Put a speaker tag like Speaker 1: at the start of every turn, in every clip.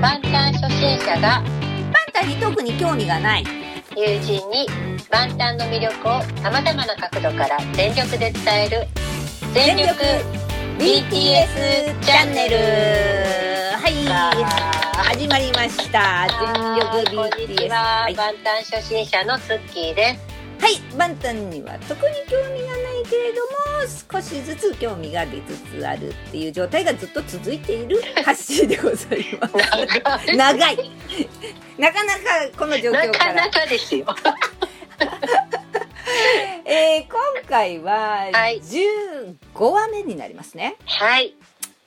Speaker 1: バンタン初心者が
Speaker 2: パンタンに特に興味がない。
Speaker 1: 友人にバンタンの魅力をさまざまな角度から全力で伝える全力 BTS チャンネル
Speaker 2: はい。始まりました。
Speaker 1: あー
Speaker 2: 全
Speaker 1: こ
Speaker 2: 力
Speaker 1: んに
Speaker 2: BTS。
Speaker 1: ちは、
Speaker 2: はい。は
Speaker 1: バンタン初心者のツッキーです
Speaker 2: い。バンタンには特に興味がないけれども、少しずつ興味が出つつあるっていう状態がずっと続いている発信でございま
Speaker 1: 長
Speaker 2: す。
Speaker 1: い
Speaker 2: 長い。なかなかこの状況から。
Speaker 1: なかなかですよ
Speaker 2: えー今回は
Speaker 1: はい
Speaker 2: 15話目になりますね。
Speaker 1: はい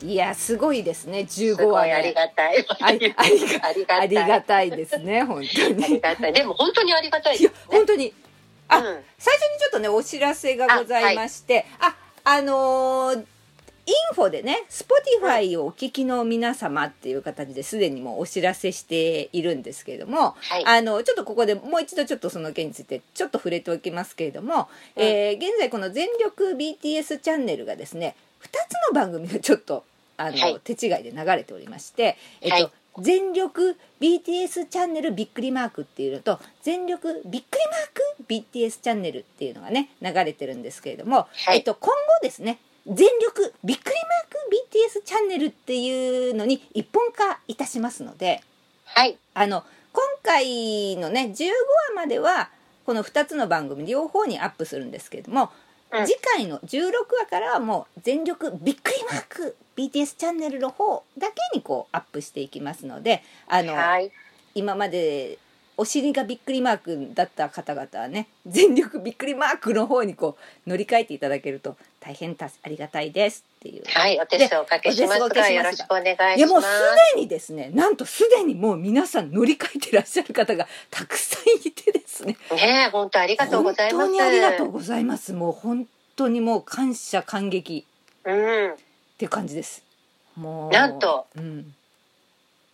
Speaker 2: いや、すごいですね、15
Speaker 1: すご
Speaker 2: 話
Speaker 1: い
Speaker 2: 目。
Speaker 1: ありがたい
Speaker 2: ありありが
Speaker 1: ありがたい
Speaker 2: ありがたいで すね、本当
Speaker 1: あり
Speaker 2: に。
Speaker 1: がたいでも本当にありがたい
Speaker 2: いや
Speaker 1: です、ね
Speaker 2: 本当に。あ
Speaker 1: うん
Speaker 2: 最初にちょっとね、お知らせがございまして、あ、あ、のーインフォでね、Spotify をお聞きの皆様っていう形ですでにもうお知らせしているんですけれども、
Speaker 1: はい
Speaker 2: あの、ちょっとここでもう一度ちょっとその件についてちょっと触れておきますけれども、
Speaker 1: うん
Speaker 2: えー現在この全力 BTS チャンネルがですね、2つの番組がちょっと、あの、
Speaker 1: はい
Speaker 2: 手違いで流れておりまして、えっと、
Speaker 1: はい
Speaker 2: 全力 BTS チャンネルびっくりマークっていうのと、全力びっくりマーク BTS チャンネルっていうのがね、流れてるんですけれども、
Speaker 1: はい
Speaker 2: えっと、今後ですね、全力びっくりマーク BTS チャンネルっていうのに一本化いたしますので、
Speaker 1: はい
Speaker 2: あの今回のね15話まではこの2つの番組両方にアップするんですけれども、
Speaker 1: うん
Speaker 2: 次回の16話からはもう全力びっくりマーク BTS チャンネルの方だけにこうアップしていきますのであの、
Speaker 1: はい
Speaker 2: 今までお尻がびっくりマークだった方々はね全力びっくりマークの方にこう乗り換えていただけると大変たありがたいですっていう。
Speaker 1: はいお手数おかけします
Speaker 2: お手数おか
Speaker 1: が
Speaker 2: けし
Speaker 1: よ
Speaker 2: ますが
Speaker 1: ろしくお願いします
Speaker 2: いやもうすでにですねなんとすでにもう皆さん乗り換えてらっしゃる方がたくさんいてですね
Speaker 1: ねえ本当ありがとうご
Speaker 2: 本
Speaker 1: ざいます
Speaker 2: 当にありがとうございますもう本当にもう感謝感激
Speaker 1: うん
Speaker 2: っていう感じですもう
Speaker 1: なんと、
Speaker 2: うん、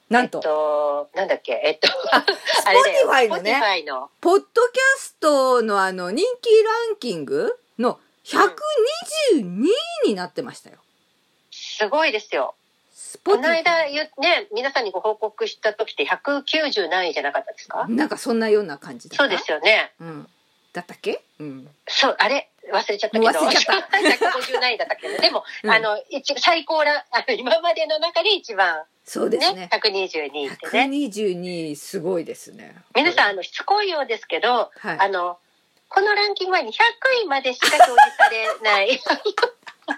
Speaker 2: なんと、
Speaker 1: えっと、なんだっけ、えっと、 あだ
Speaker 2: Spotify
Speaker 1: よ
Speaker 2: のね
Speaker 1: Spotify の。
Speaker 2: ポッドキャストのあの人気ランキングの122位になってましたよ、
Speaker 1: すごいですよ。
Speaker 2: スポ
Speaker 1: こ
Speaker 2: テ
Speaker 1: の間言うね、皆さんにご報告した時って190何位じゃなかったですか
Speaker 2: なんかそんなような感じだった
Speaker 1: そうですよね。
Speaker 2: うん、だったっけ、うん、
Speaker 1: そう、あれ忘れちゃったけど。
Speaker 2: もう忘れちゃっ
Speaker 1: 150何位だったっけど。でも、
Speaker 2: うん
Speaker 1: あの、一最高ら、あの、今までの中で一番
Speaker 2: そうです
Speaker 1: ね、
Speaker 2: ね
Speaker 1: 122位ってね。
Speaker 2: 122すごいですね
Speaker 1: 皆さん、あの、しつこいようですけど、
Speaker 2: はい
Speaker 1: あの、このランキングは200位までしか表示されない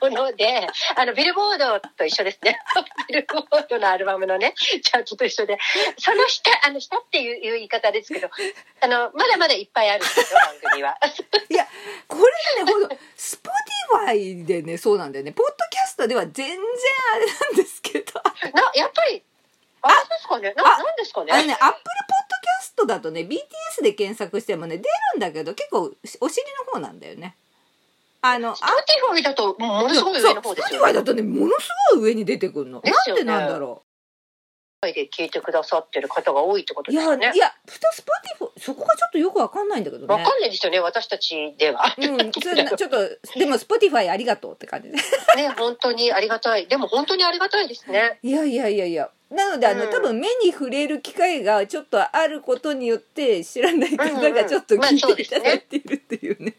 Speaker 1: もので、あの、ビルボードと一緒ですね。 ビルボードのアルバムのね、チャートと一緒で、その下、あの、下っていういう言い方ですけど、あの、まだまだいっぱいあるんで すよ、番組は。
Speaker 2: いや、これがね、ほんと、スポティファイでね、そうなんだよね。ポッドキャストでは全然あれなんですけど、あ
Speaker 1: な、やっぱり、あれですかねな、
Speaker 2: あ
Speaker 1: なんですかね
Speaker 2: のね、アップルポッドキャストだとね、BTS で検索してもね、出るんだけど、結構、お尻の方なんだよね。あの、あ、
Speaker 1: スポティファイだと、ものすごい
Speaker 2: そ
Speaker 1: 上
Speaker 2: う、
Speaker 1: の
Speaker 2: スポ
Speaker 1: 方で
Speaker 2: テ
Speaker 1: す
Speaker 2: ィファイ
Speaker 1: よ、ね。
Speaker 2: だとね、ものすごい上に出てくるの。
Speaker 1: で
Speaker 2: な
Speaker 1: す
Speaker 2: ん
Speaker 1: よ
Speaker 2: で
Speaker 1: ね
Speaker 2: なんだろ
Speaker 1: で聞いてくださってる方が多いってこ
Speaker 2: う。
Speaker 1: と
Speaker 2: い
Speaker 1: です
Speaker 2: や、
Speaker 1: よ
Speaker 2: い
Speaker 1: ね。
Speaker 2: や、ふとスポティファイ、そこがちょっとよくわかんないんだけど
Speaker 1: わ
Speaker 2: ね。
Speaker 1: かんないですよね、私たちでは。
Speaker 2: うん、それなちょっと、でもスポティファイありがとうって感じね。
Speaker 1: ね、本当にありがたい。でも本当にありがたいですね。
Speaker 2: いやいやいやいや。なので、あの、
Speaker 1: うん
Speaker 2: 多分目に触れる機会がちょっとあることによって、知らない方がちょっと
Speaker 1: うんうんまあ
Speaker 2: 聞い
Speaker 1: そう
Speaker 2: て
Speaker 1: で
Speaker 2: い
Speaker 1: すね
Speaker 2: ただいているっていうね。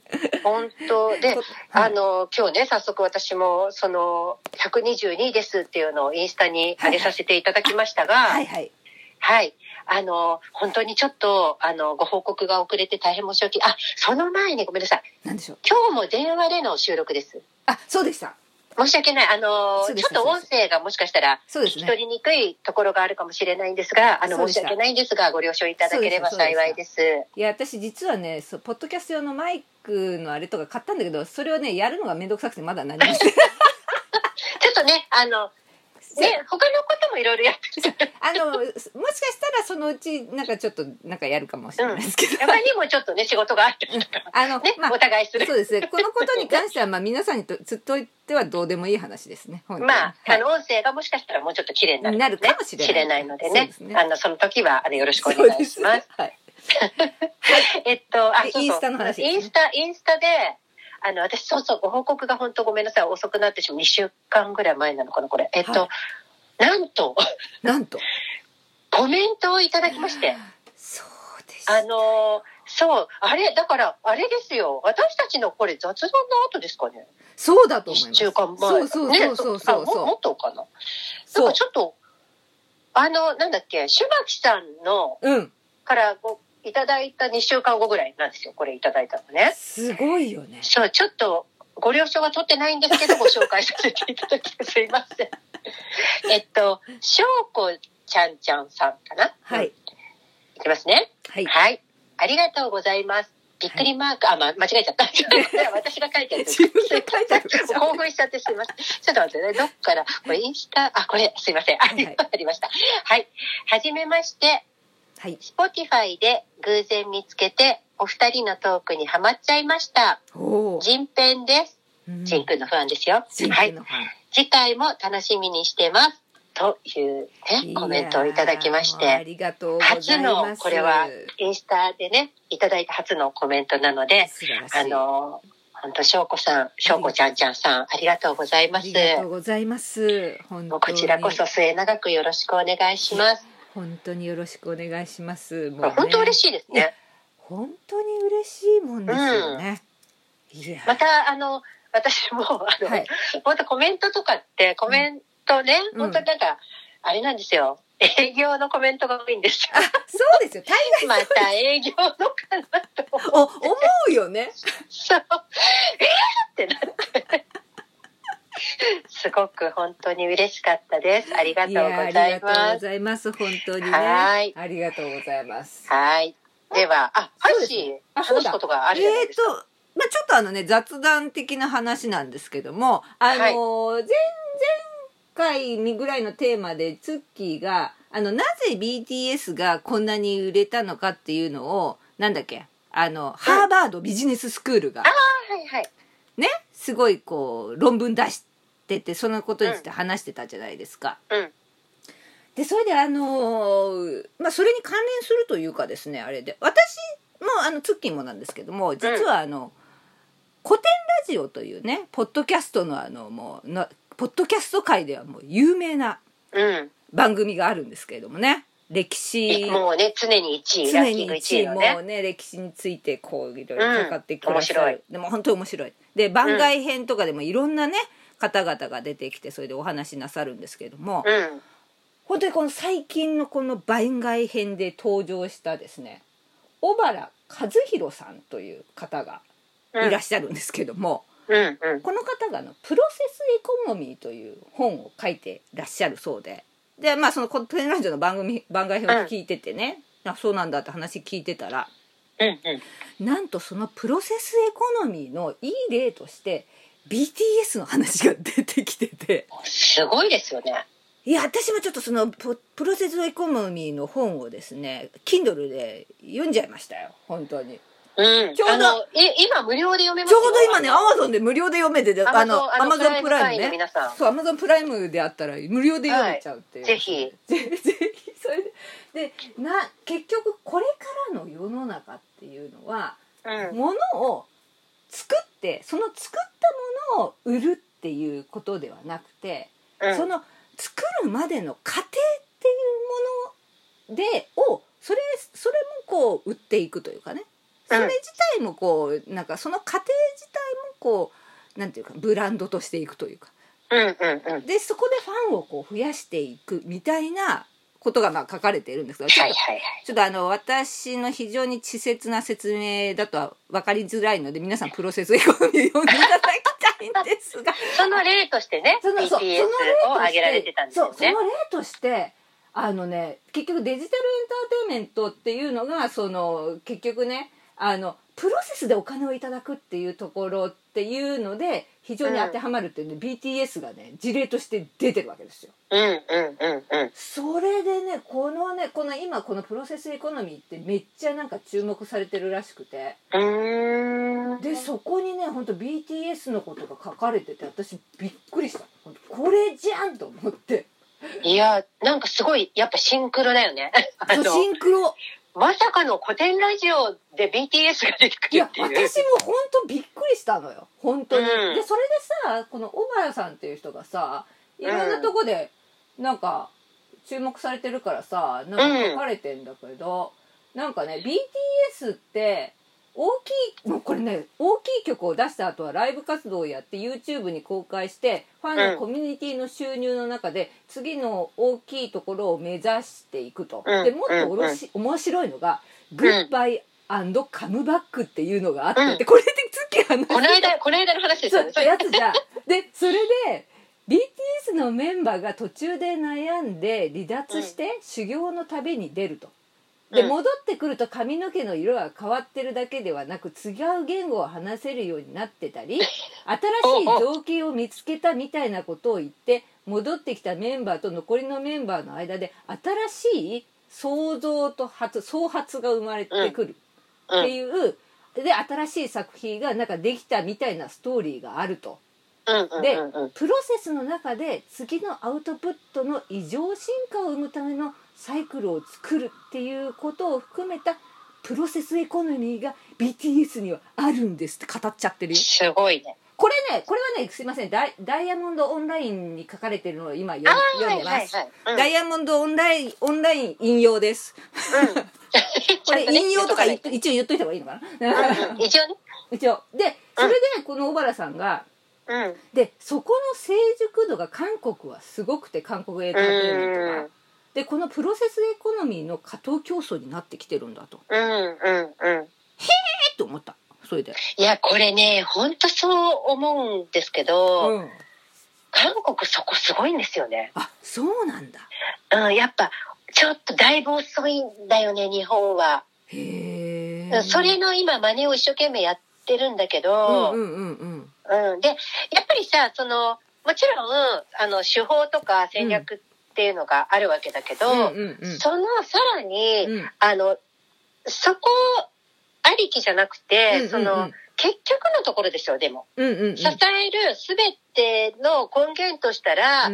Speaker 1: 本当で
Speaker 2: こ、
Speaker 1: あの、今日ね、早速私も、その、122位ですっていうのをインスタに上げさせていただきましたが、
Speaker 2: は
Speaker 1: はいい、
Speaker 2: はい。
Speaker 1: あの、本当にちょっと、あの、ご報告が遅れて大変申し訳、あ、その前にごめんなさい。
Speaker 2: なんでしょう。
Speaker 1: 今日も電話での収録です。
Speaker 2: あ、そうでした。
Speaker 1: 申し訳ない。あの、
Speaker 2: そうで
Speaker 1: ち
Speaker 2: す
Speaker 1: ょっと音声がもしかしたら、
Speaker 2: そう
Speaker 1: 聞
Speaker 2: です
Speaker 1: き取
Speaker 2: ね。
Speaker 1: りにくいところがあるかもしれないんですが、あの、
Speaker 2: そう
Speaker 1: 申
Speaker 2: でし
Speaker 1: した訳ないんですが、ご了承いただければ
Speaker 2: そうでした
Speaker 1: 幸いです。
Speaker 2: いや、私実はね、そうポッドキャスト用のマイクのあれとか買ったんだけど、それをね、やるのがめんどくさくてまだ何もしてない。
Speaker 1: ちょっとね、あの、
Speaker 2: で
Speaker 1: ね、他のこともいろいろやってる。
Speaker 2: あの、もしかしたらそのうち、なんかちょっと、なんかやるかもしれないで すけど。
Speaker 1: 他にもちょっとね、仕事があって、
Speaker 2: あの、
Speaker 1: ね、
Speaker 2: まあ
Speaker 1: お、互いする。
Speaker 2: そうですね。このことに関しては、 まあ、皆さんにと、ずっと言ってはどうでもいい話ですね。本当に
Speaker 1: まあ、
Speaker 2: はい
Speaker 1: あの、音声がもしかしたらもうちょっと綺麗になる,、
Speaker 2: なるかもしれない
Speaker 1: ので
Speaker 2: そう
Speaker 1: ね
Speaker 2: で。すね
Speaker 1: あの、その時は、あの、よろしくお
Speaker 2: そう
Speaker 1: 願い
Speaker 2: です
Speaker 1: します。。
Speaker 2: はい。
Speaker 1: えっと、あ、
Speaker 2: で
Speaker 1: そうそう
Speaker 2: インスタの話ですね
Speaker 1: インスタ、インスタで、あの、私、そうそう、ご報告が本当ごめんなさい。遅くなってしまう。2週間ぐらい前なのかな、これ。えっと、
Speaker 2: は
Speaker 1: なんと、
Speaker 2: なんと。
Speaker 1: ただきまして。
Speaker 2: そうです。
Speaker 1: あのーそう、あれ、だから、あれですよ。私たちのこれ雑談の後ですかね。
Speaker 2: そうだと思い
Speaker 1: 一
Speaker 2: ます。
Speaker 1: 週間前。
Speaker 2: そうそう
Speaker 1: ね
Speaker 2: そうそうそう
Speaker 1: あももっとかな。なん
Speaker 2: そう
Speaker 1: かちょっと、あの、なんだっけ、柴木さんの、
Speaker 2: うん。
Speaker 1: からご、いただいた2週間後ぐらいなんですよ。これいただいたのね。
Speaker 2: すごいよね。
Speaker 1: そう、ちょっと、ご了承は取ってないんですけど、ご紹介させていただきて、すい ません。えっと、しょうこちゃんちゃんさんかな
Speaker 2: はい。。
Speaker 1: いきますね。
Speaker 2: はい。
Speaker 1: はい。ありがとうございます。びっくりマーク、あ、ま、間違えち ゃった。私が書いてある。
Speaker 2: 自分で書いてある
Speaker 1: 興奮しちゃってすいません。ちょっと待ってね。どっから、これインスタ、あ、これ、すいません。あ、
Speaker 2: はいはい
Speaker 1: ありました。はい。はじめまして、
Speaker 2: はい。
Speaker 1: Spotify で偶然見つけて、お二人のトークにハマっちゃいました。
Speaker 2: おお。
Speaker 1: 人編です。
Speaker 2: うん
Speaker 1: ジンくんのファンですよ。
Speaker 2: ジン
Speaker 1: は
Speaker 2: ク
Speaker 1: い。
Speaker 2: のファン
Speaker 1: 次回も楽しみにしてます。というね、コメントをいただきまし
Speaker 2: いやーあ
Speaker 1: て。
Speaker 2: りがとうございます。
Speaker 1: 初の、これは、インスタでね、いただいた初のコメントなので、
Speaker 2: 素晴らしい。
Speaker 1: あの、本当翔子さん、翔子ちゃんちゃんさん、ありがとうござい
Speaker 2: あ
Speaker 1: ます
Speaker 2: り。がとうございます。本当
Speaker 1: もう
Speaker 2: に
Speaker 1: こちらこそ末永くよろしくお願いします。
Speaker 2: 本当によろしくお願いします。もうね
Speaker 1: 本当嬉しいですね。
Speaker 2: 本当に嬉しいもんですよね。いや、
Speaker 1: また、あの、私も、あの、
Speaker 2: はい、
Speaker 1: 本当コメントとかって、コメントね、
Speaker 2: うん
Speaker 1: 本当なんか、あれなんですよ。営業のコメントが多いんですよ。
Speaker 2: そうですよ。大
Speaker 1: また営業のかなと思
Speaker 2: お思うよね。
Speaker 1: そうえーってなって。 すごく本当に嬉しかったです。ありがとうご
Speaker 2: やあり
Speaker 1: ざい
Speaker 2: がとう
Speaker 1: ま
Speaker 2: ご
Speaker 1: す。
Speaker 2: ざいます。本当にね。
Speaker 1: はい
Speaker 2: ありがとうございます。
Speaker 1: はい。では、あ、ハ
Speaker 2: そう
Speaker 1: ッ
Speaker 2: です
Speaker 1: シ
Speaker 2: ねあ
Speaker 1: ー、
Speaker 2: そうだ
Speaker 1: 話すことがあるじゃない
Speaker 2: え
Speaker 1: で
Speaker 2: ー
Speaker 1: す
Speaker 2: と
Speaker 1: か。、
Speaker 2: まあちょっとあのね、雑談的な話なんですけども、あのー
Speaker 1: はい
Speaker 2: 前、前回にぐらいのテーマで、ツッキーが、あの、なぜ BTS がこんなに売れたのかっていうのを、なんだっけ、あの、ハーバードビジネススクールが、
Speaker 1: あはいはい。
Speaker 2: ね、すごいこう、論文出してて、そのことについて話してたじゃないですか。
Speaker 1: うん。
Speaker 2: でそれであのーまあそれに関連するというかですねあれで私もあのツッキーもなんですけども実はあの、古典ラジオというねポッドキャストのあのもうのポッドキャスト界ではもう有名な
Speaker 1: うん
Speaker 2: 番組があるんですけれどもね歴史
Speaker 1: い。もうね、常に1位、ラ
Speaker 2: 常
Speaker 1: ンキン
Speaker 2: に
Speaker 1: グ1位
Speaker 2: 1位
Speaker 1: の
Speaker 2: も
Speaker 1: ね。
Speaker 2: ね歴史についてこういろいろかかってく
Speaker 1: うん
Speaker 2: だ
Speaker 1: 面
Speaker 2: さ
Speaker 1: 白
Speaker 2: る
Speaker 1: い、
Speaker 2: でも本当面白いで番外編とかでもいろんなね方々が出てきてそれでお話しなさるんですけれども、
Speaker 1: うん。
Speaker 2: 本当にこの最近のこの番外編で登場したですね小原和弘さんという方が
Speaker 1: うん。
Speaker 2: いらっしゃるんですけども、
Speaker 1: うん。うん。
Speaker 2: この方があの「プロセスエコノミー」という本を書いてらっしゃるそうででまあその「古典ラジオ」の番組番外編を聞いててね、あそうなんだって話聞いてたら
Speaker 1: うん。うん。
Speaker 2: なんとそのプロセスエコノミーのいい例として BTS の話が出てきてて。
Speaker 1: すごいですよね。
Speaker 2: いや私もちょっとそのププロセスエコノミーの本をですね Kindle で読んじゃいましたよ本当
Speaker 1: う
Speaker 2: に
Speaker 1: ん。
Speaker 2: ちょうど
Speaker 1: あのい今無料で読めま
Speaker 2: ち
Speaker 1: す
Speaker 2: ょ
Speaker 1: よ
Speaker 2: うど今ね Amazon で無料で読めててあの
Speaker 1: Amazon- あの
Speaker 2: Amazon プライ
Speaker 1: プライム会員の
Speaker 2: ムね
Speaker 1: 皆さん
Speaker 2: そう Amazon プライムであったら無料で読めちゃうっていう、
Speaker 1: はいぜひ
Speaker 2: ぜぜひそれででな結局これからの世の中っていうのは
Speaker 1: うん。
Speaker 2: ものを作ってその作ったものを売るっていうことではなくて
Speaker 1: うん。
Speaker 2: その作るまでの過程っていうものでをそれそれもこう売っていくというかねそれ自体もこうなんかその過程自体もこうなんていうかブランドとしていくというか
Speaker 1: うん。うん。うん。
Speaker 2: でそこでファンをこう増やしていくみたいなことがまあ書かれているんですけどちょ
Speaker 1: は
Speaker 2: っ
Speaker 1: い
Speaker 2: と
Speaker 1: はいはい。
Speaker 2: ちょっとあの私の非常に稚拙な説明だとは分かりづらいので皆さんプロセスエコノミー読んでいただきたいんですが
Speaker 1: その例としてね、
Speaker 2: その
Speaker 1: BTS
Speaker 2: そうその例
Speaker 1: を挙げられてたんですよ
Speaker 2: そうその
Speaker 1: ね
Speaker 2: 例。としてあのね結局デジタルエンターテインメントっていうのがその結局ねあのプロセスでお金をいただくっていうところっていうので非常に当てはまるっていうね、BTS がね事例として出てるわけですよ。
Speaker 1: うんうんうんうん。
Speaker 2: それでねこのねこの今このプロセスエコノミーってめっちゃなんか注目されてるらしくて
Speaker 1: うーん。
Speaker 2: でそこにねほんと BTS のことが書かれてて私びっくりしたほんとこれじゃんと思って
Speaker 1: いや、なんかすごい、やっぱシンクロだよね。あ
Speaker 2: そうシ
Speaker 1: の、
Speaker 2: ンクロ
Speaker 1: まさかの古典ラジオで BTS が出てく
Speaker 2: い
Speaker 1: る
Speaker 2: や
Speaker 1: って
Speaker 2: 私
Speaker 1: い
Speaker 2: も
Speaker 1: う。
Speaker 2: 本当びっくりしたのよ本当に、
Speaker 1: うん
Speaker 2: でそれでさこの小原さんっていう人がさいろんなとこでなんか注目されてるからさなんか書かれてんだけど、なんかね BTS って大きいもうこれね大きい曲を出した後はライブ活動をやって YouTube に公開してファンのコミュニティの収入の中で次の大きいところを目指していくと。
Speaker 1: うん
Speaker 2: でもっとおろし面白いのが「グッバイカムバック」っていうのがあっててこれで月話
Speaker 1: この間、この間の話ですよね。
Speaker 2: そうやつじゃんでそれで BTS のメンバーが途中で悩んで離脱して修行の旅に出ると。で
Speaker 1: うん
Speaker 2: 戻ってくると髪の毛の色が変わってるだけではなく違う言語を話せるようになってた り新しい情景を見つけたみたいなことを言って戻ってきたメンバーと残りのメンバーの間で新しい創造と発創発が生まれてくる
Speaker 1: うん
Speaker 2: っていう、で新しい作品がなんかできたみたいなストーリーがあると。
Speaker 1: うんうん
Speaker 2: で
Speaker 1: うんうん
Speaker 2: プロセスの中で次のアウトプットの異常進化を生むためのサイクルを作るっていうことを含めたプロセスエコノミーが BTS にはあるんですって語っちゃってるよ
Speaker 1: すごいね。
Speaker 2: これねこれはねすいませんダイダイヤモンドオンラインに書かれてるのを今読
Speaker 1: あー
Speaker 2: 読んでます、
Speaker 1: はいはいは
Speaker 2: ダ
Speaker 1: い
Speaker 2: イヤモンドオンラインオンライン引用です
Speaker 1: うんうん
Speaker 2: これ
Speaker 1: ちゃんね
Speaker 2: 引用とか
Speaker 1: 言っ
Speaker 2: 一
Speaker 1: と
Speaker 2: 応言っといた方がいいのか
Speaker 1: かな
Speaker 2: な
Speaker 1: いとうんうん一応ね。
Speaker 2: 一応でそれでこの小原さんが
Speaker 1: うん。
Speaker 2: でそこの成熟度が韓国はすごくて韓国英会話年とかでこのプロセスエコノミーの過当競争になってきてるんだと
Speaker 1: うんうんうん。
Speaker 2: えっと思ったそれで、
Speaker 1: いや、これね、本当そう思うんですけど、
Speaker 2: ん、
Speaker 1: 韓国そこすごいんですよね。
Speaker 2: あそうなんだ
Speaker 1: うん、やっぱ、ちょっとだいぶ遅いんだよね、日本は。
Speaker 2: へ
Speaker 1: う
Speaker 2: え
Speaker 1: んそれの今、真似を一生懸命やってるんだけ
Speaker 2: うん
Speaker 1: ど、
Speaker 2: うんうんうん
Speaker 1: うん、でやっぱりさそのもちろんあの手法とか戦略っていうのがあるわけだけど、
Speaker 2: うんうんうん
Speaker 1: そのさらに、
Speaker 2: うん
Speaker 1: あのそこありきじゃなくて、その結局のところでしょでも、
Speaker 2: うんうんうん
Speaker 1: 支える全ての根源としたら、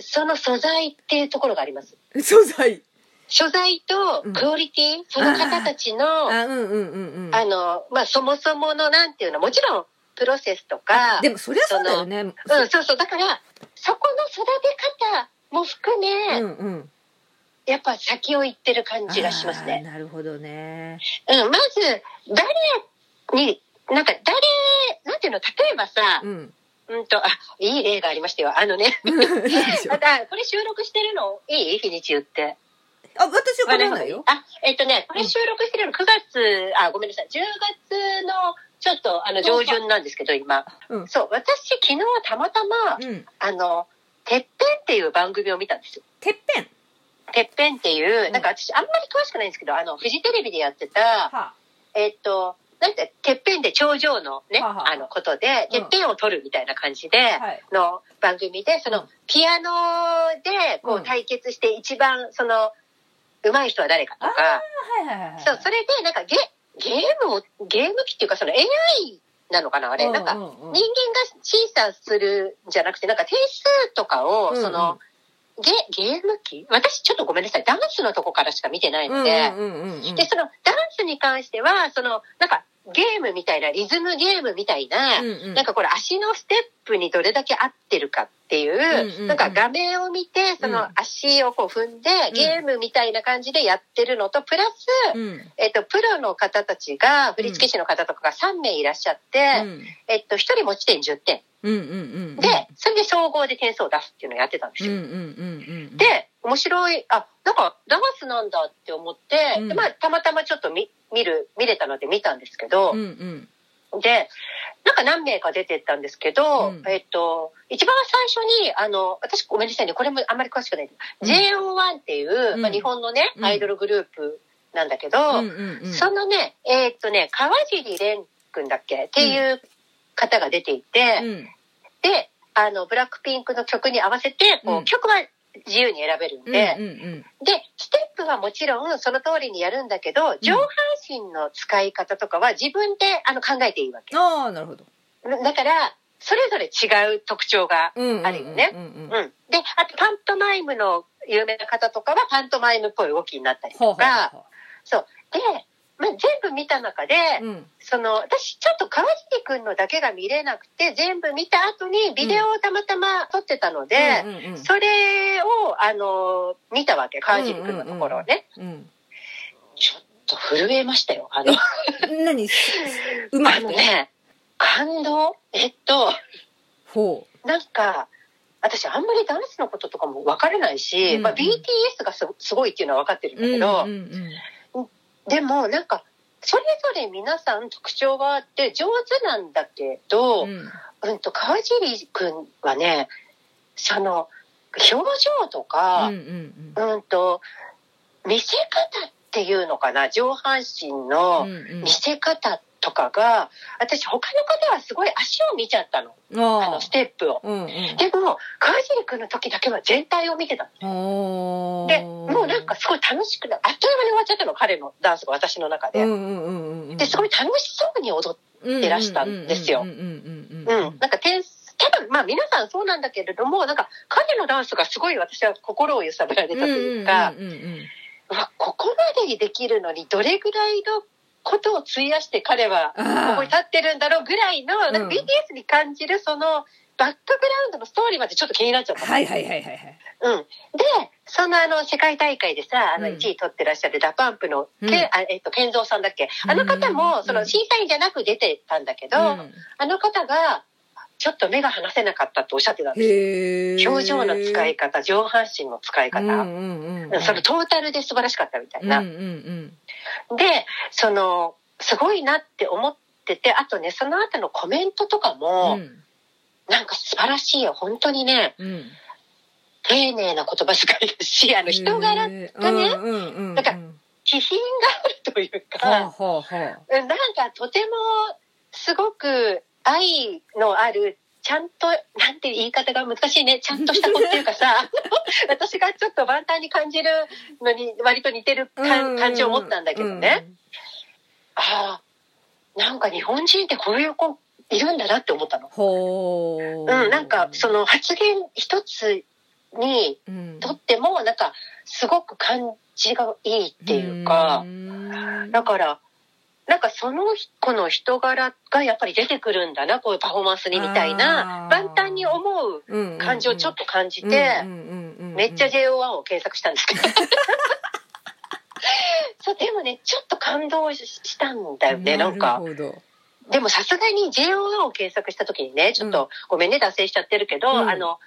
Speaker 1: その素材っていうところがあります。
Speaker 2: うん素材
Speaker 1: 素材と
Speaker 2: うん
Speaker 1: クオリティ、その方たちの、あ
Speaker 2: あうんうんうんうん
Speaker 1: の、まあ、そもそものなんていうのは、もちろん、プロセスとか、
Speaker 2: でもそりゃそうだよねうん
Speaker 1: うん、そうそう。だから、そこの育て方も含め、
Speaker 2: うんうん
Speaker 1: やっぱ先を行ってる感じがしますね。
Speaker 2: あーなるほどね
Speaker 1: うん、まず、誰に、なんか誰、なんていうの、例えばさ
Speaker 2: う、ん
Speaker 1: うんと、あ、いい例がありましたよ。あのね、
Speaker 2: なんで し ょ
Speaker 1: ま
Speaker 2: う
Speaker 1: た、これ収録してるの、いい日にち言って。
Speaker 2: あ私はからないよ
Speaker 1: あ、えっとね、これ収録してるの9月、あ、ごめんなさい、10月の、ちょっと、あの、上旬なんですけど、今。
Speaker 2: うん
Speaker 1: そう、私、昨日たまたま、
Speaker 2: うん
Speaker 1: あの、てっぺんっていう番組を見たんですよ
Speaker 2: てっぺん
Speaker 1: てっぺんっていうう、
Speaker 2: ん
Speaker 1: なんか私あんまり詳しくないんですけど、あの、フジテレビでやってた、
Speaker 2: は
Speaker 1: えっと、なんて、てっぺんで頂上のね、
Speaker 2: はあはあ
Speaker 1: あの、ことで、
Speaker 2: うん
Speaker 1: てっぺんを取るみたいな感じで、
Speaker 2: はい
Speaker 1: の番組で、そうの
Speaker 2: ん、
Speaker 1: ピアノで、こ
Speaker 2: うん
Speaker 1: う、対決して、一番、その、上手い人は誰かとか、
Speaker 2: はいはいはいはい
Speaker 1: そう、それで、なんかゲ、ゲームを、ゲーム機っていうか、その AI なのかな、あれ、なんか、人間が審査するんじゃなくて、なんか点数とかを、その、ゲゲーム機私ちょっとごめんなさいダンスのとこからしか見てないので、でそのダンスに関してはそのなんかゲームみたいなリズムゲームみたいな、なんかこれ足のステップにどれだけ合ってるかっていう、
Speaker 2: んうんうん
Speaker 1: なんか画面を見てそうの
Speaker 2: ん
Speaker 1: 足をこう踏んで、
Speaker 2: ん
Speaker 1: ゲームみたいな感じでやってるのとプラス、えっと、プロの方たちが振付師の方とかが3名いらっしゃって、えっと、1人持ち点10点で、それで総合で点数を出すっていうのをやってたんですよ。で、面白い、あ、なんか、ダンスなんだって思って、
Speaker 2: うん
Speaker 1: でまあ、たまたまちょっと見、見る、見れたので見たんですけど、で、なんか何名か出てったんですけど、
Speaker 2: うん
Speaker 1: えっと、一番最初に、あの、私ごめんなさいね、これもあんまり詳しくない。
Speaker 2: うん
Speaker 1: JO1 っていう、
Speaker 2: うん
Speaker 1: まあ、日本のね、
Speaker 2: うん
Speaker 1: アイドルグループなんだけど、そのね、えっとね、川尻蓮くんだっけっていう方が出ていて、で、あの、ブラックピンクの曲に合わせて、こう、
Speaker 2: うん
Speaker 1: 曲は自由に選べるんで、で、ステップはもちろんその通りにやるんだけど、上半身の使い方とかは自分であの考えていいわけ。だだから、それぞれ違う特徴が。うん。で、あとパントマイムの有名な方とかはパントマイムっぽい動きになったりとか、そう。で、まあ、全部見た中で、
Speaker 2: うん。
Speaker 1: その私ちょっと川尻君のだけが見れなくて全部見た後にビデオをたまたま撮ってたので、
Speaker 2: うんうん
Speaker 1: それをあの見たわけ川尻君のところをね、
Speaker 2: うん。
Speaker 1: ちょっと震えましたよあの
Speaker 2: うん。何すうま
Speaker 1: あ
Speaker 2: く
Speaker 1: の。ね感動えっと
Speaker 2: ほう。
Speaker 1: なんか私あんまりダンスのこととかも分からないし、
Speaker 2: うん
Speaker 1: まあ、BTS がすすごいっていうのは分かってるんだけど、
Speaker 2: うんうんうん
Speaker 1: でもなんかそれぞれ皆さん特徴があって上手なんだけど、
Speaker 2: うん
Speaker 1: うんと川尻君はねその表情とか
Speaker 2: うんう、ん
Speaker 1: うん、と見せ方っていうのかな上半身
Speaker 2: う
Speaker 1: の
Speaker 2: んうん
Speaker 1: 見せ方とかが、私他の方はすごい足を見ちゃったのあ
Speaker 2: あ
Speaker 1: のステップを。
Speaker 2: ーうんうん
Speaker 1: でも川尻君の時だけは全体を見てたの
Speaker 2: ほう
Speaker 1: でもうなんかすごい楽しくなあっという間に終わっちゃったの彼のダンスが私の中
Speaker 2: うん
Speaker 1: で。
Speaker 2: うんうんうん
Speaker 1: ですごい楽しそうに踊って
Speaker 2: 出
Speaker 1: てらしたんですよ
Speaker 2: うんうんうん
Speaker 1: うん、なんか点数多分まあ皆さんそうなんだけれどもなんか彼のダンスがすごい私は心を揺さぶられたというか、
Speaker 2: うんうんうんうん
Speaker 1: うわここまでにできるのにどれぐらいのことを費やして彼はこ
Speaker 2: あ
Speaker 1: こに立ってるんだろうぐらいのなん
Speaker 2: う
Speaker 1: か
Speaker 2: ん
Speaker 1: BTS に感じるそのバックグラウンドのストーリーまでちょっと気になっちゃっ
Speaker 2: ー
Speaker 1: た。
Speaker 2: はいはいはいはいはい
Speaker 1: うん、でそのあの世界大会でさあの
Speaker 2: うん
Speaker 1: 1位取ってらっしゃるダパンプの、け
Speaker 2: うん
Speaker 1: あえっと、健三さんだっけあの方
Speaker 2: う
Speaker 1: も
Speaker 2: ん
Speaker 1: その審査員じゃなく出てたんだけど、
Speaker 2: うん
Speaker 1: あの方が、ちょっと目が離せなかったとおっしゃってたんです
Speaker 2: へー
Speaker 1: よ。表情の使い方、上半身の使い方、
Speaker 2: うんうんうん
Speaker 1: そのトータルで素晴らしかったみたい
Speaker 2: うんう
Speaker 1: な。
Speaker 2: ん
Speaker 1: で、その、すごいなって思ってて、あとね、その後のコメントとか
Speaker 2: うんう
Speaker 1: も、
Speaker 2: ん
Speaker 1: なんか素晴らしいよ。本当にね、
Speaker 2: うん
Speaker 1: 丁寧な言葉遣いだし、あの、人柄、
Speaker 2: ね
Speaker 1: がね
Speaker 2: だ
Speaker 1: なんか気品があるという
Speaker 2: はあ
Speaker 1: か、
Speaker 2: はあはあ
Speaker 1: うんなんかとても、すごく愛のある、ちゃんと、なんて言い方が難しいね。ちゃんとした子っていうかさ、 私がちょっと万端に感じるのに割と似てる
Speaker 2: うんう
Speaker 1: 感
Speaker 2: ん
Speaker 1: 感じを持ったんだけどね。ああ、なんか日本人ってこういう子いるんだなって思ったの。
Speaker 2: ほう
Speaker 1: うん、なんかその発言一つに
Speaker 2: うん
Speaker 1: とっても、なんかすごく感じがいいっていうか
Speaker 2: う、ん
Speaker 1: だから、なんかその子の人柄がやっぱり出てくるんだな、こういうパフォーマンスにみたいな、
Speaker 2: あー
Speaker 1: 万端に思う
Speaker 2: うんうんうん
Speaker 1: 感情をちょっと感じて、
Speaker 2: うんうんうんうん
Speaker 1: めっちゃ JO1 を検索 したんですけど。そう、でもね、ちょっと感動ししたんだよね、なんか。
Speaker 2: るほど
Speaker 1: でもさすがに JO1 を検索した時にね、ちょっと、ごめんね、脱線しちゃってるけど、
Speaker 2: うん
Speaker 1: あの、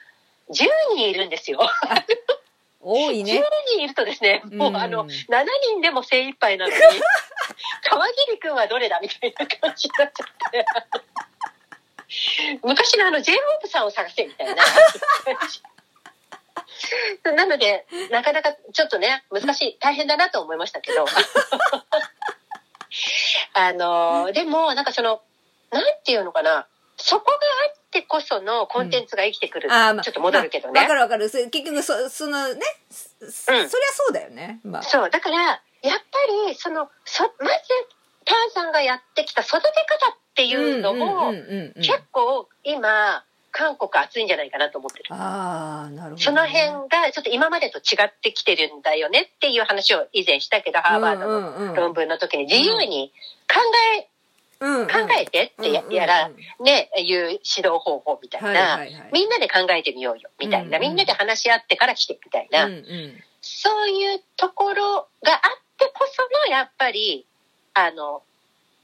Speaker 1: 10人いるんですよ。
Speaker 2: 多い
Speaker 1: 10
Speaker 2: ね
Speaker 1: 人いるとですね、もうあの、
Speaker 2: うん
Speaker 1: 7人でも精一杯なの に、川尻くんはどれだみたいな感じになっちゃって。昔のあの j ホープさんを探せみたいな感じ。なので、なかなかちょっとね、難しい、大変だなと思いましたけど。あの、でも、なんかその、なんていうのかな、そこがあってこそのコンテンツが生きてくる。
Speaker 2: あーまあ
Speaker 1: ちょっと戻るけどね
Speaker 2: まあわかるわかる。それ結局そ、そのね、すすそりゃそうだよね。まあ。
Speaker 1: そう、だから、やっぱり、その、そ、まず、ターザンがやってきた育て方っていうのも、
Speaker 2: んうんうんうん
Speaker 1: 結構今、韓国熱いんじゃないかなと思ってる。
Speaker 2: ああ、なるほどね。
Speaker 1: その辺が、ちょっと今までと違ってきてるんだよねっていう話を以前したけど、ハーバードの
Speaker 2: の
Speaker 1: 論文の時に自由に考え、
Speaker 2: 文
Speaker 1: 考えてってや,、やら、ね、いう指導方法みたいな、みんなで考えてみようよ、みたいな、
Speaker 2: うんうん
Speaker 1: みんなで話し合ってから来て、みたいな。
Speaker 2: うんうん
Speaker 1: そういうところがあってこそのやっぱりあの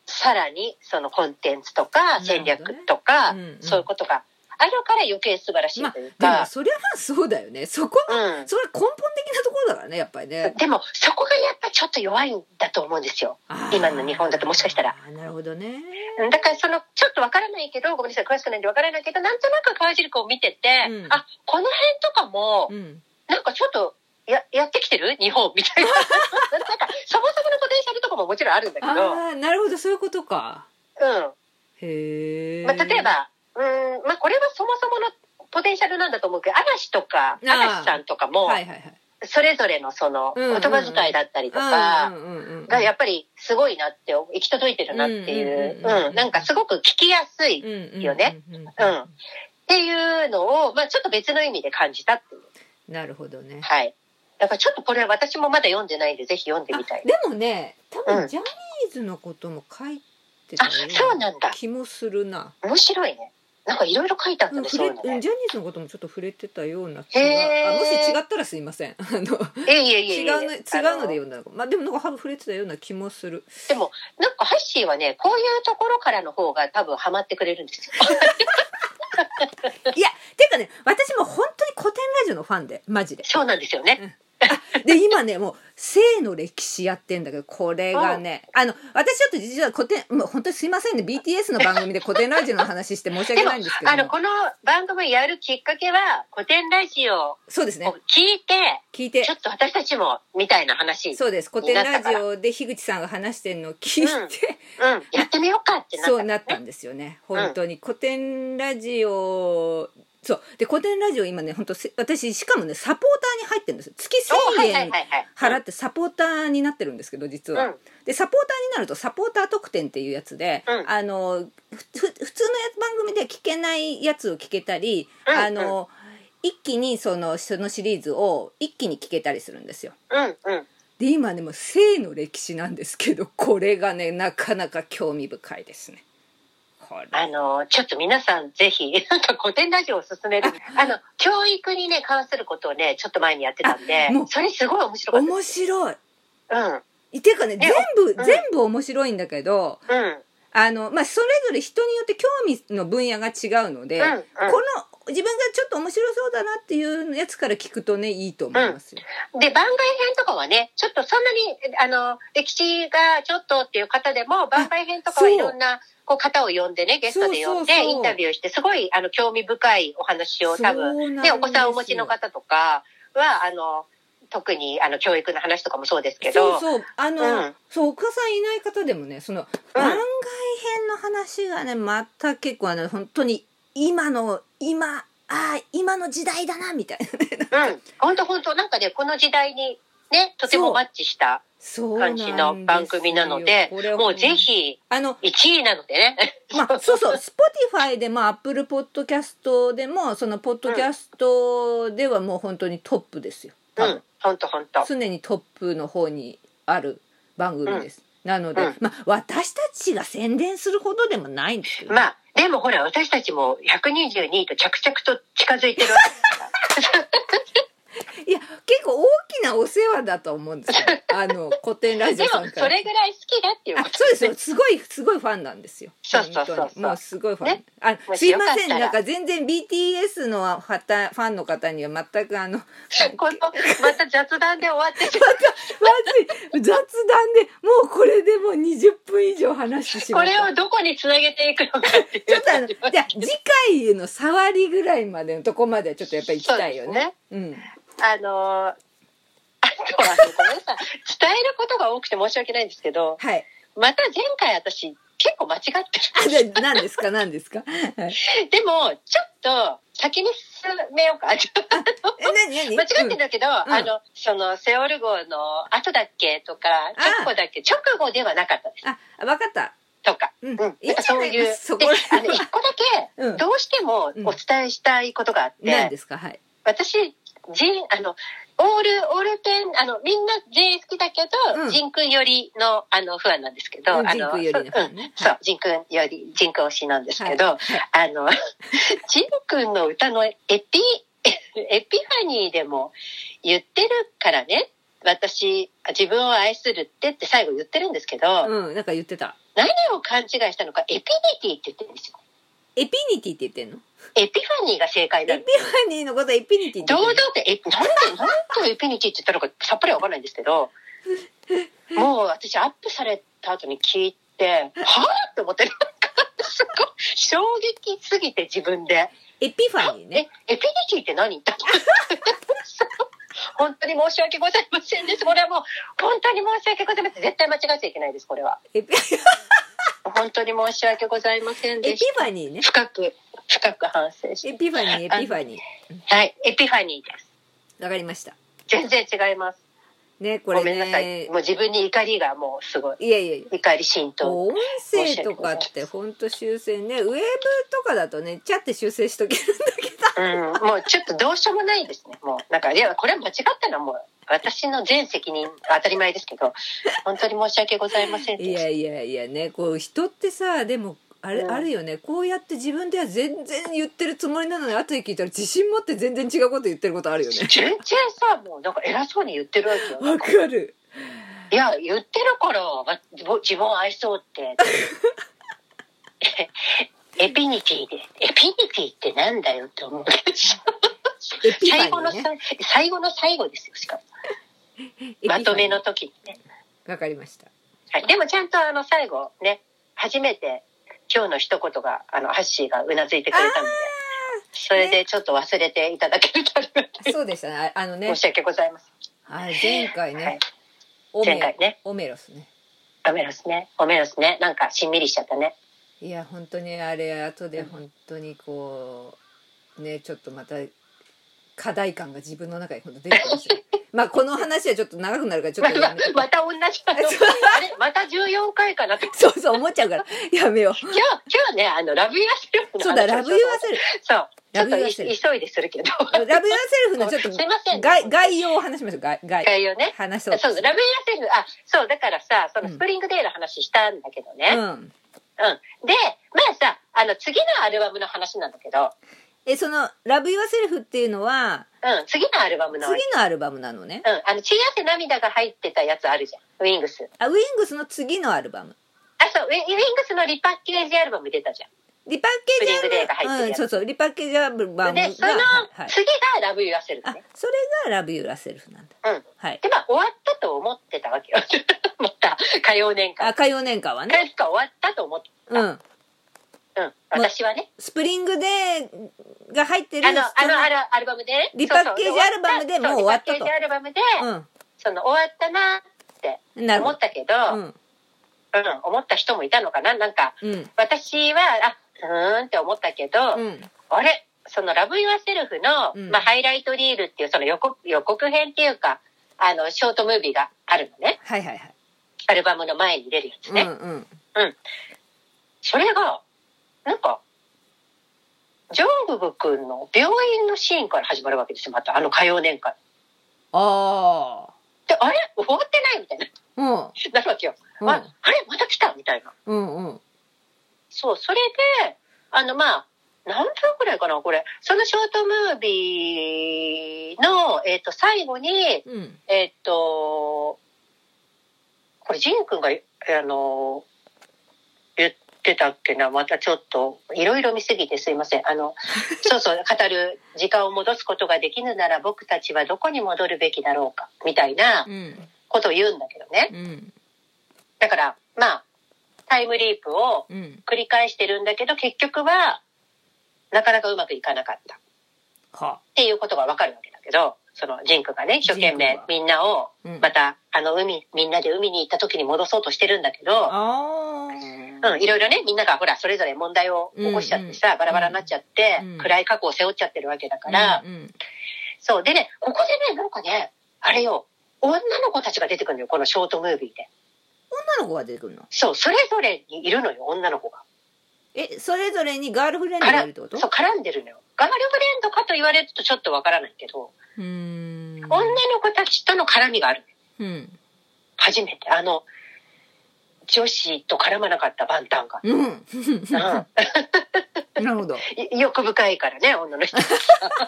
Speaker 1: さらにそのコンテンツとか
Speaker 2: るほどね
Speaker 1: 戦略とか、
Speaker 2: うんうん
Speaker 1: そういうことがあるから余計素晴らしい
Speaker 2: まあ
Speaker 1: という、
Speaker 2: でも
Speaker 1: か、
Speaker 2: そりゃまあそうだよね。そこが、
Speaker 1: うん、
Speaker 2: それは根本的なところだからね、やっぱりね。
Speaker 1: でもそこがやっぱちょっと弱いんだと思うんですよ
Speaker 2: あー
Speaker 1: 今の日本だともしかしたら。
Speaker 2: あーなるほどね。
Speaker 1: うんだからそのちょっとわからないけどごめんなさい詳しくないんでわからないけどなんとなく川尻君を見てて、
Speaker 2: うん
Speaker 1: あこの辺とかも、
Speaker 2: うん。
Speaker 1: なんかちょっとややってきてる日本みたい ななんかそもそものポテンシャルとかももちろんあるんだけど。
Speaker 2: ああ、なるほど、そういうことか。
Speaker 1: うん
Speaker 2: へえ。
Speaker 1: まあ、例え。ば、うーん、まあ、これはそもそものポテンシャルなんだと思うけど、嵐とか、
Speaker 2: ああ
Speaker 1: 嵐さんとかも
Speaker 2: は、いはいはい。
Speaker 1: それぞれのその、
Speaker 2: うん
Speaker 1: 言
Speaker 2: うんうん
Speaker 1: 葉遣いだったりと
Speaker 2: う
Speaker 1: か、
Speaker 2: んうんうんうん
Speaker 1: がやっぱりすごいなって、行き届いてるなっていうう、
Speaker 2: んうんうんうん
Speaker 1: うん、なんかすごく聞きやすいっ
Speaker 2: うんうんうん
Speaker 1: よね。
Speaker 2: うん。
Speaker 1: ていうのを、まあ、ちょっと別の意味で感じたっていう。
Speaker 2: なるほどね。
Speaker 1: はい。だからちょっとこれは私もまだ読んでないんで、ぜひ読んでみたい。
Speaker 2: でもね多
Speaker 1: うん
Speaker 2: 分ジャニーズのことも書いてたよ
Speaker 1: あそうなんだ
Speaker 2: 気もするな、
Speaker 1: 面白いね。なんかいろいろ書いてあっ
Speaker 2: う
Speaker 1: た
Speaker 2: ん
Speaker 1: ね、
Speaker 2: 触
Speaker 1: そう
Speaker 2: れ
Speaker 1: いうのね。
Speaker 2: ジャニーズのこともちょっと触れてたような気が
Speaker 1: へー
Speaker 2: あもし違ったらすいません あの
Speaker 1: えいえいえ
Speaker 2: 違
Speaker 1: いうえ。
Speaker 2: の違うので
Speaker 1: あ
Speaker 2: 読んだのかまあでもなんか触れてたような気もする
Speaker 1: でも、なんかハッシーはね、こういうところからの方が多分ハマってくれるんですよ。
Speaker 2: いやていうかね私も本当に古典ラジオのファンでマジで
Speaker 1: そうなんですよね。
Speaker 2: で今ねもう性の歴史やってんだけどこれがねあの私ちょっと実は古典もう本当にすいませんね BTS の番組で古典ラジオの話して申し
Speaker 1: で
Speaker 2: 訳
Speaker 1: も
Speaker 2: ないんですけど
Speaker 1: あ
Speaker 2: も
Speaker 1: の、この番組やるきっかけは、古典ラジオを
Speaker 2: そうですね
Speaker 1: 聞いて、
Speaker 2: 聞いて
Speaker 1: ちょっと私たちも、みたいな話、
Speaker 2: そうです古典ラジオで樋口さんが話してるのを聞いて、
Speaker 1: うんうん、やってみようかってなった。
Speaker 2: そうな ったんですよね本当に古典ラジオそうで古典ラジオ今ね本当せ私しかもねサポーターに入ってるんですよ月
Speaker 1: おは
Speaker 2: 1000
Speaker 1: いはい
Speaker 2: 円
Speaker 1: はいはい。
Speaker 2: 払ってサポーターになってるんですけど実
Speaker 1: う
Speaker 2: は、
Speaker 1: ん
Speaker 2: でサポーターになるとサポーター特典っていうやつで、
Speaker 1: うん
Speaker 2: あのふふ普通のやつ番組では聞けないやつを聞けたり、
Speaker 1: うん
Speaker 2: あの一気にそのそのシリーズを一気に聞けたりするんですよ。
Speaker 1: うんうん。
Speaker 2: で今でも性の歴史なんですけど これがねなかなか興味深いですね。これ
Speaker 1: あの、ちょっと皆さんぜひ、なんか古典ラジオを進め る。あの、教育にね、関することをね、ちょっと前にやってたんで
Speaker 2: あ も、う
Speaker 1: それすごい面白かっ
Speaker 2: 面白い。
Speaker 1: た。うん。
Speaker 2: ていうかね
Speaker 1: ね
Speaker 2: 全部、
Speaker 1: うん
Speaker 2: 全部面白いんだけど
Speaker 1: うん。うん。
Speaker 2: あの、まあ、それぞれ人によって興味の分野が違うので、
Speaker 1: うん。
Speaker 2: この自分がちょっと面白そうだなっていうやつから聞くとねいいと思いますよ。
Speaker 1: で、番外編とかはね、ちょっとそんなに、あの、歴史がちょっとっていう方でも、番外編とかはいろんな、こう、方を呼んでね、ゲストで呼ん
Speaker 2: そう
Speaker 1: で、
Speaker 2: そうそう
Speaker 1: インタビューして、すごい、あの、興味深いお話を多分、
Speaker 2: 分
Speaker 1: ね、お子さんをお持ちの方とかは、あの、特に、あの、教育の話とかもそうですけ
Speaker 2: そ
Speaker 1: ど、
Speaker 2: うそうあの、
Speaker 1: うん
Speaker 2: そうお子さんいない方でもねその番外編の話がねまた結構あの本当に今の今あー今の時代だなみたいな
Speaker 1: う
Speaker 2: ね
Speaker 1: ん、本当本当なんかね、この時代に、ね、とてもマッチした
Speaker 2: そうなん
Speaker 1: 感
Speaker 2: です
Speaker 1: じ
Speaker 2: よ
Speaker 1: の番組なので、
Speaker 2: これは
Speaker 1: もうぜひ、
Speaker 2: あの
Speaker 1: 1位なのでね。
Speaker 2: まあ、そうそう、Spotify でも Apple Podcast でも、そのポッドキャストではもう本当にトップですよ。
Speaker 1: う
Speaker 2: 多分
Speaker 1: ん、本当本当。
Speaker 2: 常にトップの方にある番組です。なので、
Speaker 1: うん
Speaker 2: まあ私たちが宣伝するほどでもないんですけど、
Speaker 1: まあ、でもほら、私たちも122位と着々と近づいてるわけですから。
Speaker 2: いや結構大きなお世話だと思う んですよあの古典 ラジ
Speaker 1: で
Speaker 2: オ
Speaker 1: も
Speaker 2: さん、
Speaker 1: そ
Speaker 2: から。
Speaker 1: れぐらい好きだっていうこ
Speaker 2: あ
Speaker 1: と
Speaker 2: そうです
Speaker 1: ね
Speaker 2: よすごいすごいファンなんですよ
Speaker 1: そうそうそうそう
Speaker 2: 本当にもうすごいファン、
Speaker 1: ね
Speaker 2: あ
Speaker 1: も
Speaker 2: す
Speaker 1: し
Speaker 2: い
Speaker 1: よかっ
Speaker 2: ま
Speaker 1: たら
Speaker 2: せんなんか全然 BTS のファファンの方には全くあの
Speaker 1: この、また雑談で終わってし
Speaker 2: マジ雑談でもうこれでもう20分以上話してし
Speaker 1: ま
Speaker 2: ま
Speaker 1: うこ
Speaker 2: った
Speaker 1: れをどこにつなげていくのかっていう。
Speaker 2: ちょっ とあのじゃあ次回への触りぐらいまでのとこまではちょっとやっぱり行きたいよね。うん、
Speaker 1: あのー、あとは、ごめんなさい。伝えることが多くて申し訳ないんですけど、
Speaker 2: はい。
Speaker 1: また前回私、結構間違って
Speaker 2: あ
Speaker 1: る。
Speaker 2: じゃあ何で すか何ですか。はい、
Speaker 1: でも、ちょっと、先に進めよ うか。ちょっと
Speaker 2: え何何。
Speaker 1: 間違ってんだけど、
Speaker 2: ん
Speaker 1: あの、その、セオル号の後だっけとか、直後だっけ直後ではなかったです。
Speaker 2: うん、あわかった。
Speaker 1: とか。
Speaker 2: うん。
Speaker 1: うん、やっぱそういう。で、
Speaker 2: そこ
Speaker 1: あの、一個だ
Speaker 2: う
Speaker 1: け、
Speaker 2: ん
Speaker 1: どうしてもお伝えしたいことがあって、
Speaker 2: 何ですかはい。
Speaker 1: 私、ジン、あの、オール、オールペン、あの、みんな全員好きだけど、
Speaker 2: うん
Speaker 1: ジンくん寄りの、あの、ファンなんですけど、
Speaker 2: うん
Speaker 1: あ
Speaker 2: ジン
Speaker 1: の、
Speaker 2: くん寄りのファンね
Speaker 1: うん そう、ジンくんより、ジンくん推しなんですけど、あの、 ジンくんの歌のエピ、 エピファニーでも言ってるからね、私、自分を愛するってって最後言ってるんですけど、
Speaker 2: うんなんか言ってた。
Speaker 1: 何を勘違いしたのか、エピニティって言ってるんですよ。
Speaker 2: エピニティって言ってんの。
Speaker 1: エピファニーが正解な
Speaker 2: エ
Speaker 1: ん
Speaker 2: ピ
Speaker 1: で
Speaker 2: ファニーのことエピニティって
Speaker 1: 堂
Speaker 2: 言って
Speaker 1: 々
Speaker 2: んの。
Speaker 1: と、え、なんで、なんでエピニティって言ったのかさっぱりわかんないんですけど、もう私アップされた後に聞いて、はぁって思って、なんか、すごい、衝撃すぎて自分で。
Speaker 2: エピファニーね。
Speaker 1: え、エピニティって何って 本当に申し訳ございませんです。これはもう、本当に申し訳ございません。絶対間違えちゃいけないです、これは。
Speaker 2: エピエピ
Speaker 1: 本当に申し訳ございませんでし
Speaker 2: ファニーね
Speaker 1: た。。深く、深く反省し
Speaker 2: エピファニーエピファニ
Speaker 1: て。はい、エピファニーです。
Speaker 2: ー。わかりました。
Speaker 1: 全然違います。
Speaker 2: ねこれ
Speaker 1: ごめんなさい。
Speaker 2: ね
Speaker 1: も。う自分に怒りがもうすごい。
Speaker 2: いやいやいや。
Speaker 1: 怒り浸透。
Speaker 2: 音声とかってほんと修正ねウェブとかだとねチャって修 正しとけるんだけど
Speaker 1: うん。もうちょっとどうしようもないですね。もう、なんか、いや、これは間違ったのはもう、私の全責任、当たり前ですけど、本当に申し訳ございませんで
Speaker 2: い
Speaker 1: した。
Speaker 2: やいやいやねこう人ってさでもあれ、
Speaker 1: うん
Speaker 2: あるよねこうやって自分では全然言ってるつもりなのに後で聞いたら自信持って全然違うこと言ってることあるよ ね
Speaker 1: 全然さ、もうなんか偉そうに言ってるわけよ。
Speaker 2: わかる
Speaker 1: いや、言ってるから、わ自分自分を愛そう って。エピニティで。エピニティってなんだよって思う。
Speaker 2: エピフ
Speaker 1: 最後
Speaker 2: ァ
Speaker 1: の
Speaker 2: ニーね
Speaker 1: さ最後の最後ですよ、しかも。
Speaker 2: エピファ
Speaker 1: ま
Speaker 2: ニー
Speaker 1: とめの時にね。
Speaker 2: わかりました
Speaker 1: はい、でもちゃんとあの最後ね初めて今日の一言があのハッシーがうなずいてくれたのでそれでちょっと忘れていただけるとありがたい
Speaker 2: そうでした ねああのね
Speaker 1: 申し訳ございません
Speaker 2: あ前回ね、
Speaker 1: はい
Speaker 2: オ
Speaker 1: 前
Speaker 2: メ
Speaker 1: 回ね
Speaker 2: オメロスね
Speaker 1: オメロスねオメロスねなんかしんみりしちゃったね
Speaker 2: いや本当にあれ後で本当にこうねちょっとまた課題感が自分の中にほんと出てき ましたねまあこの話はちょっと長くなるからちょ
Speaker 1: ま
Speaker 2: っとやめて
Speaker 1: また同じあ のあれまた14回かなって
Speaker 2: そうそう思っちゃうからやめよう
Speaker 1: 今日今日ねあのラブユアセルフの話を
Speaker 2: そうだラブユアセル
Speaker 1: そうちょ
Speaker 2: ラ
Speaker 1: っ
Speaker 2: ブユ
Speaker 1: と
Speaker 2: ア
Speaker 1: い
Speaker 2: セル
Speaker 1: 急いでするけど
Speaker 2: フラブユアセルフのちょっと
Speaker 1: すいません
Speaker 2: 概概要を話しましょう概概
Speaker 1: 概要ね
Speaker 2: 話そう
Speaker 1: そうそうラブユアセルフあそうだからさそのスプリングデーの話したんだけどね、
Speaker 2: うん
Speaker 1: うん。で、まあさ、あの、次のアルバムの話なんだけど、
Speaker 2: えそのラブユアセルフっていうのは
Speaker 1: うん、次のアルバムの、う
Speaker 2: 次
Speaker 1: ん、
Speaker 2: のアルバムなのね
Speaker 1: あの、血汗涙が入ってたやつあるじゃん。ウィングス。
Speaker 2: あウィングスの次のアルバム
Speaker 1: あ、そう、ウィウィングスのリパッケージアルバム出たじゃ
Speaker 2: リパッケージア
Speaker 1: スプリングデーが入っ
Speaker 2: ル
Speaker 1: てる
Speaker 2: バム、
Speaker 1: や
Speaker 2: うん、
Speaker 1: つ
Speaker 2: そうそうリパッケージアルバ
Speaker 1: ん。
Speaker 2: ム
Speaker 1: で、その
Speaker 2: はいはい
Speaker 1: 次がラブユアセルだ
Speaker 2: あ
Speaker 1: ね。
Speaker 2: それがラブユーラセルフなんだ
Speaker 1: うん。
Speaker 2: はい
Speaker 1: で、まあ、終わったと思ってたわけよ。 また、火曜年間。
Speaker 2: 赤4年間は
Speaker 1: 火
Speaker 2: ね
Speaker 1: 曜年間終わったと思って、
Speaker 2: うん
Speaker 1: うん。私はね、
Speaker 2: スプリングデーが入ってる
Speaker 1: あの、あ
Speaker 2: そ
Speaker 1: のアルアルバムでね。
Speaker 2: リパッケージアルバムで
Speaker 1: そうそう
Speaker 2: もう終わったと
Speaker 1: そうリパッケージアルバムで、
Speaker 2: の
Speaker 1: その、終わったなって
Speaker 2: うんなる
Speaker 1: 思
Speaker 2: ほ
Speaker 1: っ
Speaker 2: ど
Speaker 1: たけど、
Speaker 2: うん
Speaker 1: うん、思った人もいたのかななんか、
Speaker 2: うん
Speaker 1: 私は、あ、うーんって思ったけど、
Speaker 2: うん
Speaker 1: あれそのラブ・ユア・セルフの、
Speaker 2: うん
Speaker 1: まあ、ハイライトリールっていうその予告予告編っていうか、あの、ショートムービーがあるのね。
Speaker 2: はいはいはい
Speaker 1: アルバムの前に出るやつ
Speaker 2: うん
Speaker 1: ね。
Speaker 2: うん
Speaker 1: それが、なんか、ジョングブ君の病院のシーンから始まるわけですよ。また、あの火曜年間。
Speaker 2: ああ
Speaker 1: で、あれ終わってないみたいな。
Speaker 2: うん
Speaker 1: なるわけよ。
Speaker 2: うん
Speaker 1: ああれまた来たみたいな。
Speaker 2: うんうん
Speaker 1: そう、それで、あの、まあ、何分くらいかな、これ。そのショートムービーの、えっ、と、最後に、
Speaker 2: うん
Speaker 1: えっ、と、これ、ジン君が、えあの、言ってたっけな、またちょっと、いろいろ見すぎてすいません。あの、そうそう、語る、時間を戻すことができぬなら、僕たちはどこに戻るべきだろうか、みたいな
Speaker 2: うん
Speaker 1: ことを言うんだけどね。
Speaker 2: うん
Speaker 1: だから、まあ、タイムリープを、
Speaker 2: うん
Speaker 1: 繰り返してるんだけど結局はなかなかうまくいかなかったっ
Speaker 2: は
Speaker 1: ていうことがわかるわけだけどそのジンクがね一生懸
Speaker 2: ジン
Speaker 1: 命
Speaker 2: クは
Speaker 1: みんなを
Speaker 2: うん
Speaker 1: またあの海みんなで海に行った時に戻そうとしてるんだけど、
Speaker 2: ああ
Speaker 1: うん、いろいろねみんながほらそれぞれ問題を起こしちゃってさ、
Speaker 2: うんうん
Speaker 1: バラバラになっちゃって、
Speaker 2: うん
Speaker 1: 暗い過去を背負っちゃってるわけだから、
Speaker 2: うん
Speaker 1: そうでねここでねなんかねあれよ女の子たちが出てくるのよこのショートムービーで
Speaker 2: 女の子が出てくるの
Speaker 1: そうそれぞれにいるのよ女の子が
Speaker 2: えそれぞれにガールフレンド
Speaker 1: から
Speaker 2: がいるってこと
Speaker 1: そう絡んでるのよガールフレンドかと言われるとちょっとわからないけど
Speaker 2: うーん
Speaker 1: 女の子たちとの絡みがある。
Speaker 2: うん
Speaker 1: 初めて。あの、女子と絡まなかったバンタンが。
Speaker 2: うん なるほ ど
Speaker 1: い欲深いからね、女の人。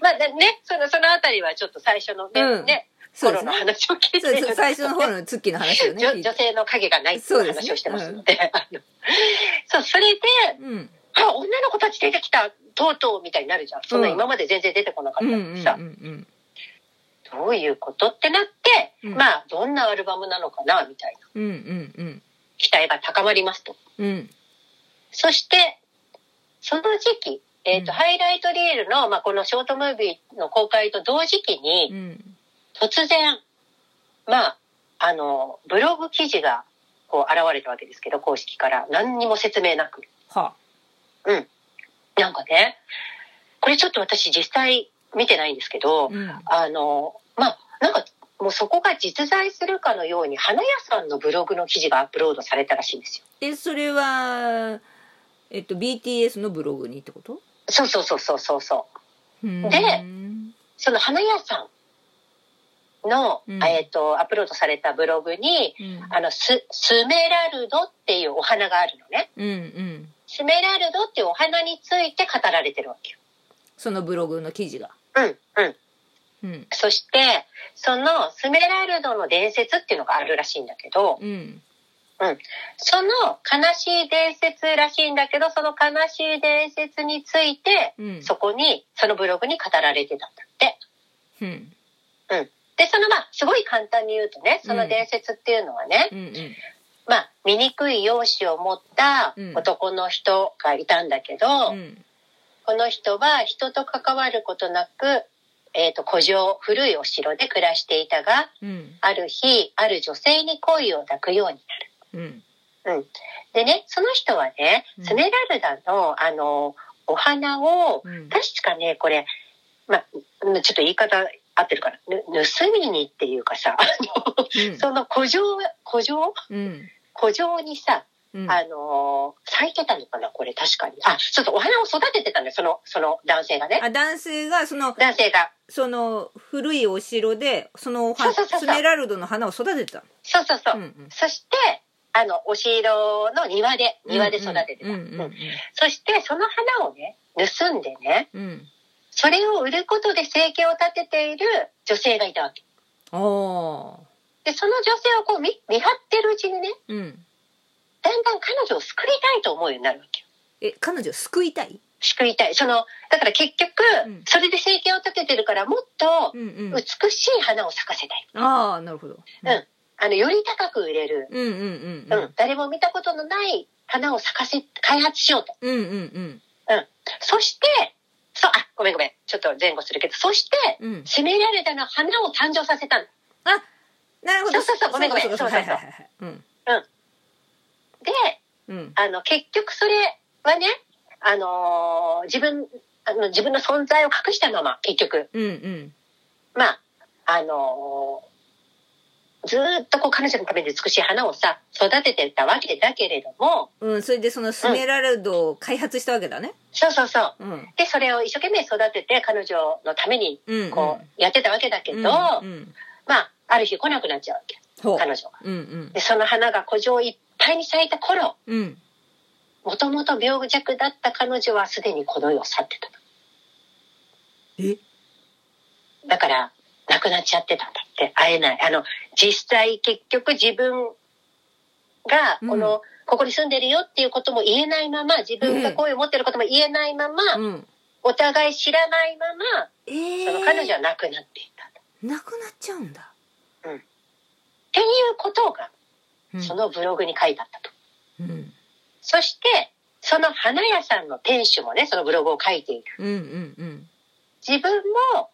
Speaker 1: まあね、その、そのあたりはちょっと最初のね、
Speaker 2: うん
Speaker 1: ね、
Speaker 2: そうで
Speaker 1: 頃
Speaker 2: す
Speaker 1: の
Speaker 2: ね
Speaker 1: 話を聞いて
Speaker 2: そう
Speaker 1: る
Speaker 2: そ
Speaker 1: と
Speaker 2: う最初の方のツッキーの話をね聞
Speaker 1: 女
Speaker 2: い
Speaker 1: 女
Speaker 2: て
Speaker 1: 性の影がないっていう話をしてますので、 あのそう、それで、
Speaker 2: うん
Speaker 1: あ、女の子たち出てきた、とうとうみたいになるじゃん。そんな
Speaker 2: うん
Speaker 1: 今まで全然出てこなか
Speaker 2: う
Speaker 1: っ
Speaker 2: んう
Speaker 1: た
Speaker 2: ん
Speaker 1: の
Speaker 2: う
Speaker 1: に
Speaker 2: ん
Speaker 1: さ、
Speaker 2: うん
Speaker 1: どういうことってなって、
Speaker 2: うん
Speaker 1: まあ、どんなアルバムなのかな、みたいな。
Speaker 2: うんうん
Speaker 1: 期待が高まりますと。
Speaker 2: うんうん
Speaker 1: そして、その時期、えっ、と、
Speaker 2: うん
Speaker 1: ハイライトリールの、まあ、このショートムービーの公開と同時期に
Speaker 2: う、ん
Speaker 1: 突然、まあ、あの、ブログ記事が、こう、現れたわけですけど、公式から。何にも説明なく。
Speaker 2: は
Speaker 1: なんかね、これちょっと私実際見てないんですけど、
Speaker 2: うん
Speaker 1: あの、まあ、なんか、もうそこが実在するかのように、花屋さんのブログの記事がアップロードされたらしいんですよ。
Speaker 2: えそれはえっと BTS のブログにってこと
Speaker 1: そうそうそうそうそうそう。
Speaker 2: で
Speaker 1: その花屋さんの、
Speaker 2: うん
Speaker 1: えっ、と、アップロードされたブログに、
Speaker 2: うん
Speaker 1: あの、ス、スメラルドっていうお花があるのね。
Speaker 2: うんうん
Speaker 1: スメラルドっていうお花について語られてるわけよ。
Speaker 2: そのブログの記事が
Speaker 1: うん、うん。
Speaker 2: うん
Speaker 1: そして、そのスメラルドの伝説っていうのがあるらしいんだけど、
Speaker 2: うん
Speaker 1: その悲しい伝説らしいんだけど、その悲しい伝説について、
Speaker 2: うん
Speaker 1: そこに、そのブログに語られてたんだって。
Speaker 2: うん
Speaker 1: で、そのまあ、すごい簡単に言うとね、その伝説っていうのはね、
Speaker 2: うんうん
Speaker 1: まあ、醜い容姿を持った男の人がいたんだけど、
Speaker 2: うん
Speaker 1: この人は人と関わることなく、えっ、と、古城、古いお城で暮らしていたが、
Speaker 2: うん
Speaker 1: ある日、ある女性に恋を抱くようになる。
Speaker 2: うん
Speaker 1: でね、その人はね
Speaker 2: う、ん
Speaker 1: スメラルダの、あの、お花を、
Speaker 2: うん
Speaker 1: 確かね、これ、まあ、ちょっと言い方合ってるから、ぬ盗みにっていうかさ、あのその古城、古城
Speaker 2: うん
Speaker 1: 古城にさ、
Speaker 2: うん
Speaker 1: あのー咲いてたのかなこれ確かに。あ、そうそう、お花を育ててたんだよ、その、その男性がね。
Speaker 2: あ男性がその
Speaker 1: 男性が。
Speaker 2: その古いお城でそのお花
Speaker 1: そうそうそう
Speaker 2: ス
Speaker 1: そう
Speaker 2: メラルドの花を育てたの
Speaker 1: そうそうそう。
Speaker 2: うんうん
Speaker 1: そして、あの、お城の庭で、庭で育ててた。
Speaker 2: うんうん
Speaker 1: うんそして、その花をね、盗んでね、
Speaker 2: うんうん
Speaker 1: それを売ることで生計を立てている女性がいたわけ。
Speaker 2: おー
Speaker 1: で、その女性をこう見見張ってるうちにね、
Speaker 2: うん
Speaker 1: だんだん彼女を救いたいと思うようになるわけよ。
Speaker 2: え彼女を救いたい
Speaker 1: 救いたい。その、だから結局
Speaker 2: うん、
Speaker 1: それで生計を立ててるから、もっと
Speaker 2: うんうん
Speaker 1: 美しい花を咲かせたい。
Speaker 2: ああなるほど
Speaker 1: うんあの、より高く売れる、
Speaker 2: うんうんうん
Speaker 1: うん、誰も見たことのない花を咲かせ、開発しようと。
Speaker 2: うんうん
Speaker 1: そして、そう、あ、ごめんごめん。ちょっと前後するけど、そして、
Speaker 2: うんうん
Speaker 1: スメラルダの花を誕生させたの。
Speaker 2: なるほど
Speaker 1: そうそうそうごめんごめん
Speaker 2: そうそうそう
Speaker 1: そ
Speaker 2: は
Speaker 1: う
Speaker 2: い
Speaker 1: そうそう
Speaker 2: はいはいはいう
Speaker 1: で、
Speaker 2: んうん
Speaker 1: あの、結局それはね、あのー自分、あの、自分の存在を隠したまま、結局、
Speaker 2: うんうん
Speaker 1: まあ、あのーずーっとこう彼女のために美しい花をさ、育ててたわけだけれども、
Speaker 2: うん、それでそのスメラルドを開発したわけだね。
Speaker 1: そうそうそう。
Speaker 2: うん。うん
Speaker 1: で、それを一生懸命育てて、彼女のために、
Speaker 2: うん。
Speaker 1: こう、やってたわけだけ
Speaker 2: う
Speaker 1: ど、
Speaker 2: ん、
Speaker 1: ま
Speaker 2: うん。
Speaker 1: あ、ある日来なくなっちゃうわけ、
Speaker 2: ほ
Speaker 1: 彼女が。
Speaker 2: う。うんうん。
Speaker 1: で、その花が古城いっぱいに咲いた頃、
Speaker 2: うん。
Speaker 1: もともと病弱だった彼女はすでにこの世を去ってた
Speaker 2: え
Speaker 1: の。だから、亡くなっちゃってたんだって、会えない。あの、実際結局自分が、この、ここに住んでるよっていうことも言えないまま、自分が好意を持ってることも言えないまま、
Speaker 2: うん。
Speaker 1: お互い知らないまま、
Speaker 2: ええ
Speaker 1: その彼女は亡くなっていた。
Speaker 2: 亡くなっちゃうんだ。
Speaker 1: っていうことが、
Speaker 2: うん
Speaker 1: そのブログに書いてあったと。
Speaker 2: うん。
Speaker 1: そして、その花屋さんの店主もね、そのブログを書いている。
Speaker 2: うんうんうん。
Speaker 1: 自分も、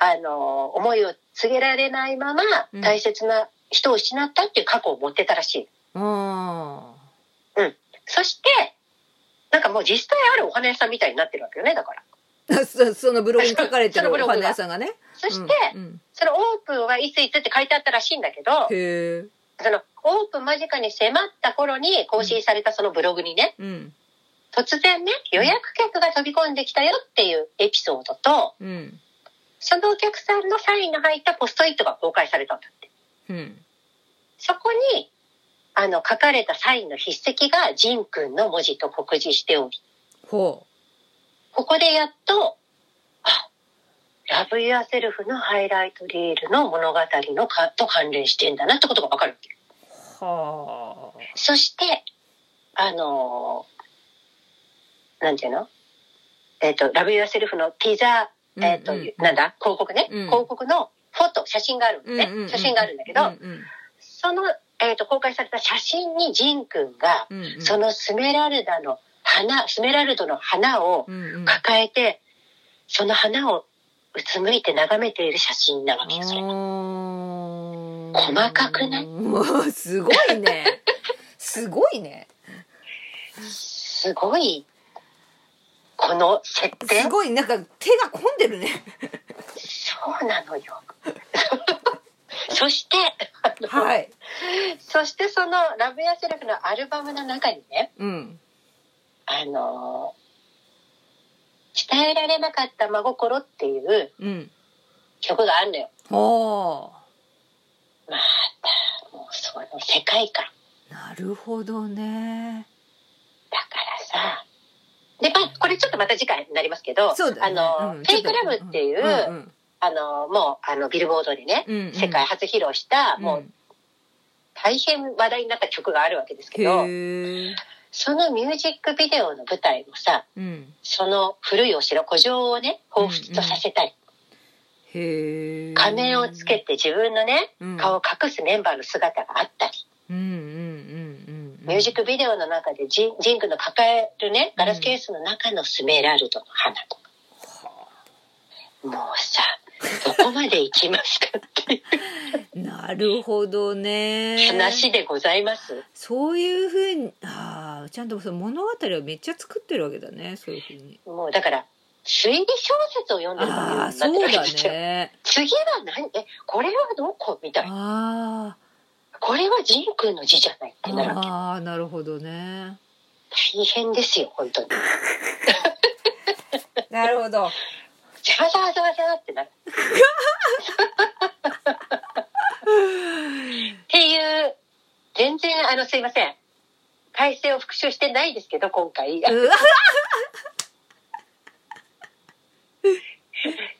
Speaker 1: あの、思いを告げられないまま
Speaker 2: うん、
Speaker 1: 大切な人を失ったっていう過去を持ってたらしい。
Speaker 2: ああ。
Speaker 1: そして、なんかもう実際あるお花屋さんみたいになってるわけよね、だから。
Speaker 2: そそのブログに書かれ
Speaker 1: そ
Speaker 2: てる
Speaker 1: の
Speaker 2: お
Speaker 1: ブログが
Speaker 2: 花屋さんがね。
Speaker 1: そして、
Speaker 2: うんうん、
Speaker 1: そのオープンはいついつって書いてあったらしいんだけど、
Speaker 2: へえ。
Speaker 1: そのオープン間近に迫った頃に更新されたそのブログにね、
Speaker 2: うん。
Speaker 1: 突然ね、予約客が飛び込んできたよっていうエピソードと、
Speaker 2: うん。
Speaker 1: そのお客さんのサインの入ったポストイットが公開されたんだって。
Speaker 2: うん。
Speaker 1: そこに、あの、書かれたサインの筆跡が、ジン君の文字と告示しており、
Speaker 2: ほ
Speaker 1: ここでやっと、あ、ラブ・ユア・セルフのハイライトリールの物語のかと関連してんだなってことがわかるわけ。
Speaker 2: う。はあ。
Speaker 1: そして、あのーなんていうのえっ、と、ラブ・ユア・セルフのティザー、えっ、と、
Speaker 2: うんうん
Speaker 1: なんだ広告ね、
Speaker 2: うん
Speaker 1: 広告のフォト、写真があるんだね、
Speaker 2: うんうんうん
Speaker 1: 写真があるんだけど、
Speaker 2: うん
Speaker 1: その、えー、と公開された写真にジン君が、
Speaker 2: うんうん。
Speaker 1: そのスメラルダの花、スメラルドの花を
Speaker 2: うんうん。
Speaker 1: 抱えて、その花をうつむいて眺めている写真なわけよ、それ。
Speaker 2: 細
Speaker 1: 細かくないう
Speaker 2: すごいね。すごいね。
Speaker 1: すごい、この設定
Speaker 2: すごい、なんか手が込んでるね。
Speaker 1: そうな のよ。そして、
Speaker 2: はい。
Speaker 1: そしてそのラブ・ヤセルフのアルバムの中にね、
Speaker 2: うん。
Speaker 1: あのー伝えられなかった真心っていう
Speaker 2: うん。
Speaker 1: 曲があるのよ。
Speaker 2: ほう。
Speaker 1: 世界観。
Speaker 2: なるほどね。
Speaker 1: だからさ、で、まあ、これちょっとまた次回になりますけど、
Speaker 2: そうだ
Speaker 1: あ
Speaker 2: ね
Speaker 1: の、
Speaker 2: うん
Speaker 1: フェイクラブっていう、
Speaker 2: うん
Speaker 1: あの、もう、あの、ビルボードでね、
Speaker 2: うんうん
Speaker 1: 世界初披露した、
Speaker 2: うん
Speaker 1: もう、大変話題になった曲があるわけですけど、
Speaker 2: へえ。
Speaker 1: そのミュージックビデオの舞台もさ、
Speaker 2: うん。
Speaker 1: その古いお城、古城をね、彷彿とさせたり、
Speaker 2: へえ。
Speaker 1: 仮面をつけて自分のね、
Speaker 2: うん
Speaker 1: 顔を隠すメンバーの姿があったり、
Speaker 2: うんうんうんうん。
Speaker 1: ミュージッ
Speaker 2: ク。
Speaker 1: クビデオの中でジンジンクの抱えるね、ガラスケースの中のスメラルドの花とか。もうさ、どこまで行きますかってい
Speaker 2: なるほどね。
Speaker 1: う話でございます。
Speaker 2: そういうふうに、ああ、ちゃんとその物語をめっちゃ作ってるわけだね、そういうふうに。
Speaker 1: もうだから、推理小説を読んでるかのよう
Speaker 2: あ
Speaker 1: に
Speaker 2: あ、
Speaker 1: な
Speaker 2: そ
Speaker 1: ってるわ
Speaker 2: う
Speaker 1: け
Speaker 2: だ
Speaker 1: ですよ。
Speaker 2: ね。
Speaker 1: 次は何え、これはどこみたいな。
Speaker 2: あ
Speaker 1: これはジン君の字じゃないって
Speaker 2: あ、
Speaker 1: なるわけ。
Speaker 2: ああ、なるほどね。
Speaker 1: 大変ですよ、本当に。
Speaker 2: なるほど。
Speaker 1: じゃわざわざわざわってなる。っていう、全然、あの、すいません。改正を復習してないですけど、今回。
Speaker 2: うわ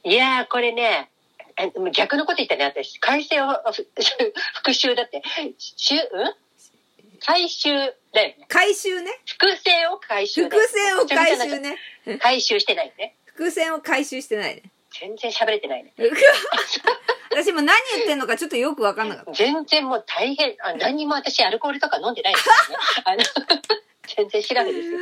Speaker 1: いやー、これね、あ逆のこと言ったね、私。改正を ふ復習だって。しゅ、うん回収だよね。
Speaker 2: 回収ね。
Speaker 1: 複製を回収
Speaker 2: 伏
Speaker 1: だよ
Speaker 2: 線を回 収ね。
Speaker 1: 回収してないね。
Speaker 2: 伏線を回収してないね。
Speaker 1: 全然喋れてないね。
Speaker 2: うわ私も何言ってんのかちょっとよくわかんなかった。
Speaker 1: 全然もう大変。あ何も私アルコールとか飲んで ないですね。あの全然調べですよ。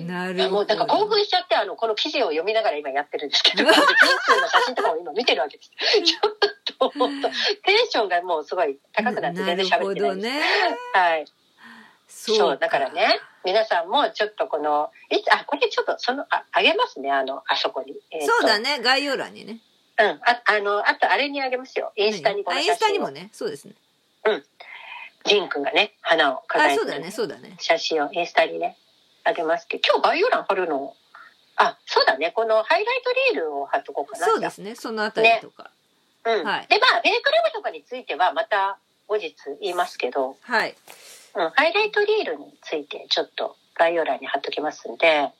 Speaker 2: なる
Speaker 1: あも
Speaker 2: ほ
Speaker 1: うなんか
Speaker 2: ど。
Speaker 1: 興奮しちゃって、あの、この記事を読みながら今やってるんですけ ど、ピ
Speaker 2: う
Speaker 1: ン
Speaker 2: わ
Speaker 1: クの写真とかを今見てるわけです。ちょっと、本当テンションがもうすごい高くなって全然喋ってない
Speaker 2: るほど
Speaker 1: です。
Speaker 2: ね。
Speaker 1: はい。
Speaker 2: そ
Speaker 1: そう、だから。ね、皆さんもちょっとこの、いつ、あ、これちょっと、その、あ、あげますね、あの、あそこに。えーと
Speaker 2: そうだね。概要欄にね。
Speaker 1: うん。あ、あの、あとあれにあげますよ。インスタにこの
Speaker 2: あ
Speaker 1: 写真を。
Speaker 2: インスタにもね。そうですね。
Speaker 1: ジンくんがね、花を飾
Speaker 2: あ、
Speaker 1: え
Speaker 2: そう
Speaker 1: て
Speaker 2: だ
Speaker 1: る
Speaker 2: ね。そうだね。
Speaker 1: 写真をインスタにね、あげますけど、今日概要欄貼るの、あ、そうだね、このハイライトリールを貼っとこうかな。
Speaker 2: そうですね。そのあたりとか。
Speaker 1: うん。
Speaker 2: はい
Speaker 1: で、まあ、ベイクラブとかについては、また後日言いますけど、
Speaker 2: はい。
Speaker 1: うん、ハイライトリールについて、ちょっと概要欄に貼っときますんで、
Speaker 2: わ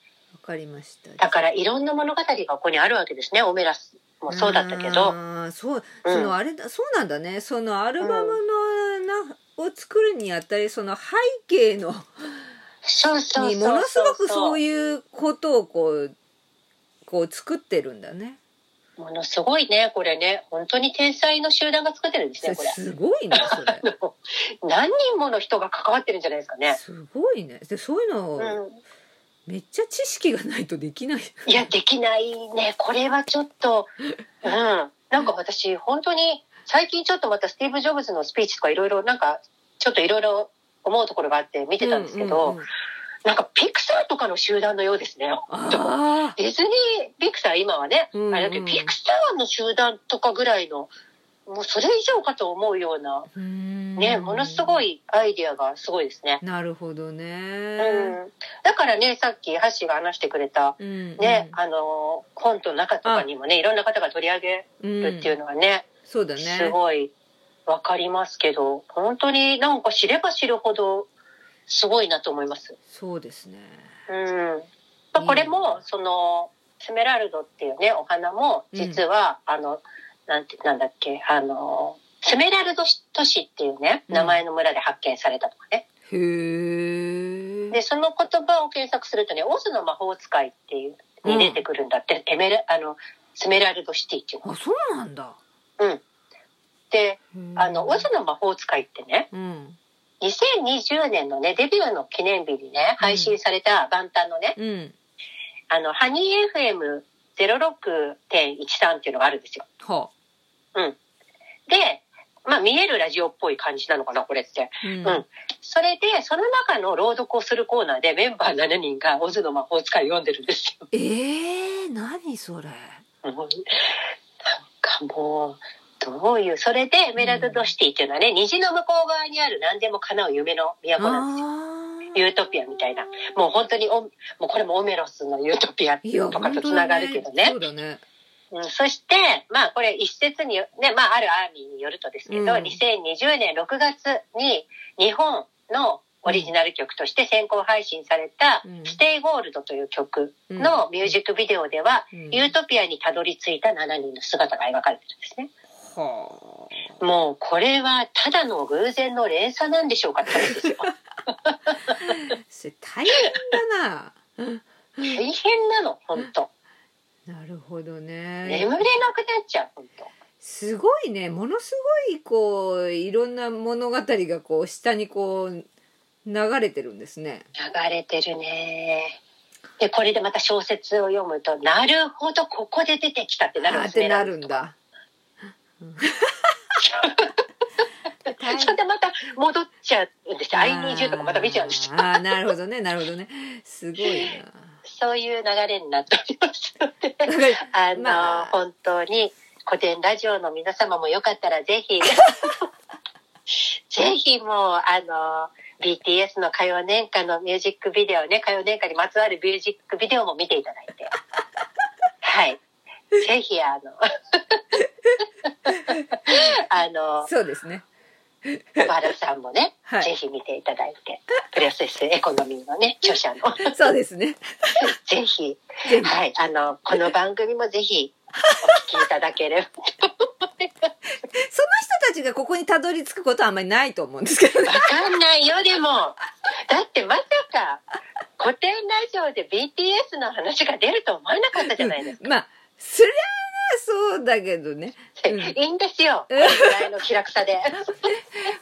Speaker 2: かりました。
Speaker 1: だからいろんな物語がここにあるわけですね、オメラスもそうだったけど、
Speaker 2: あーそう
Speaker 1: うん
Speaker 2: そのあれだ、そうなんだねそのアルバムのな、を作るにあたりその背景の
Speaker 1: そうそうそうそう。
Speaker 2: にものすごくそういうことをこうこう作ってるんだね
Speaker 1: ものすごいね、これね、本当に天才の集団が作ってるんです
Speaker 2: それ
Speaker 1: ね、これ。
Speaker 2: すごいねそれ
Speaker 1: 何人もの人が関わってるんじゃないですか ね。
Speaker 2: すごいねでそういうの、
Speaker 1: う
Speaker 2: めっちゃ知識がないとできな
Speaker 1: ん、
Speaker 2: い
Speaker 1: いやできないねこれはちょっとうんなんか私本当に最近ちょっとまたスティーブ・ジョブズのスピーチとかいろいろなんかちょっといろいろ思うところがあって見てたんですけど、
Speaker 2: うんうんうん
Speaker 1: なんかピクサーとかの集団のようですね
Speaker 2: あ
Speaker 1: ディズニーピクサー今はね、
Speaker 2: うんうん
Speaker 1: あれだけどピクサーの集団とかぐらいのもうそれ以上かと思うような
Speaker 2: あね
Speaker 1: ねものすごいアイデアがすごいですね。
Speaker 2: なるほど
Speaker 1: う
Speaker 2: ね、
Speaker 1: ん、だからねさっきハッシーが話してくれた
Speaker 2: うんうん
Speaker 1: ね、あのーコントの中とかにもねいろんな方が取り上げるっていうのはね、
Speaker 2: そうだね
Speaker 1: すごいわかりますけど本当になんか知れば知るほどすごいなと思います。
Speaker 2: そうですね
Speaker 1: うんまあ、これもそのスメラルドっていうねお花も実は、あのなんてなんだっけあのスメラルド都市っていうね名前の村で発見されたとかね、
Speaker 2: へえ
Speaker 1: でその言葉を検索するとね「オズの魔法使い」っていうに出てくるんだって、エメラあのスメラルドシティっていうの
Speaker 2: あそうなんだ
Speaker 1: であの「オ
Speaker 2: わ
Speaker 1: ズの魔法使い」ってね
Speaker 2: うん
Speaker 1: 2020年のねデビューの記念日にね配信された元旦のね、
Speaker 2: うん
Speaker 1: あのハニー FM06.13 っていうのがあるんですよ
Speaker 2: は
Speaker 1: でまあ見えるラジオっぽい感じなのかなこれって
Speaker 2: あ、うん
Speaker 1: うんそれでその中の朗読をするコーナーでメンバー7人が「オズの魔法使い」読んでるんですよ
Speaker 2: ええー、何それ
Speaker 1: もうなんかもう、どういう、それでメラルドシティっていうのはね、虹の向こう側にある何でも叶う夢の
Speaker 2: あ
Speaker 1: 都なんですよ。
Speaker 2: ー
Speaker 1: ユートピアみたいな。もう本当にお、もうこれもオメロスのユートピア
Speaker 2: いや
Speaker 1: とかとつながるけどね
Speaker 2: 本。当だね
Speaker 1: うんそして、まあこれ一説によ、ね、まああるアーミーによるとですけど、
Speaker 2: うん
Speaker 1: 2020年6月に日本のオリジナル曲として先行配信された
Speaker 2: うん
Speaker 1: 「ステイゴールドという曲のミュージックビデオでは、
Speaker 2: うん
Speaker 1: ユートピアにたどり着いた7人の姿が描かれてるんですね。
Speaker 2: は
Speaker 1: もうこれはただの偶然の連鎖なんでしょうかって話 ですよ。
Speaker 2: あそれ大変だ な
Speaker 1: 大変なの、本当
Speaker 2: なるほど
Speaker 1: 眠れ
Speaker 2: ね
Speaker 1: なくなっちゃう、本当
Speaker 2: すごいねものすごいこういろんな物語がこう下にこう流れてるんですね
Speaker 1: 流れてるねでこれでまた小説を読むとなるほどここで出てきたってなるん
Speaker 2: あー
Speaker 1: で
Speaker 2: っ
Speaker 1: すね
Speaker 2: てなるんだ大
Speaker 1: それでまた戻っちゃうんですよ「I need you」とかまた見ちゃうんですよ
Speaker 2: あーあーなるほどねなるほどねすごいな
Speaker 1: そういう流れになっておりますのであの、
Speaker 2: まあ
Speaker 1: 本当に古典ラジオの皆様もよかったら ぜひぜひもうあの BTS の歌謡年間のミュージックビデオね歌謡年間にまつわるミュージックビデオも見ていた だいてはいぜひあのあの
Speaker 2: そうですね
Speaker 1: 小原さんもね、
Speaker 2: はい
Speaker 1: ぜひ見ていただいてプレスエコノミーのね著者の
Speaker 2: そうですね
Speaker 1: ぜひ
Speaker 2: ぜひ
Speaker 1: はい、あの、この番組もぜひ、お聞きいただければ。
Speaker 2: その人たちがここにたどり着くことはあんまりないと思うんですけどね
Speaker 1: わかんないよ、でも。だってまさか、古典ラジオで BTS の話が出ると思わなかったじゃないですか。
Speaker 2: まあそりゃあそうだけ どねうん
Speaker 1: いいんですよ、こ
Speaker 2: うん
Speaker 1: のぐらいの気楽さで。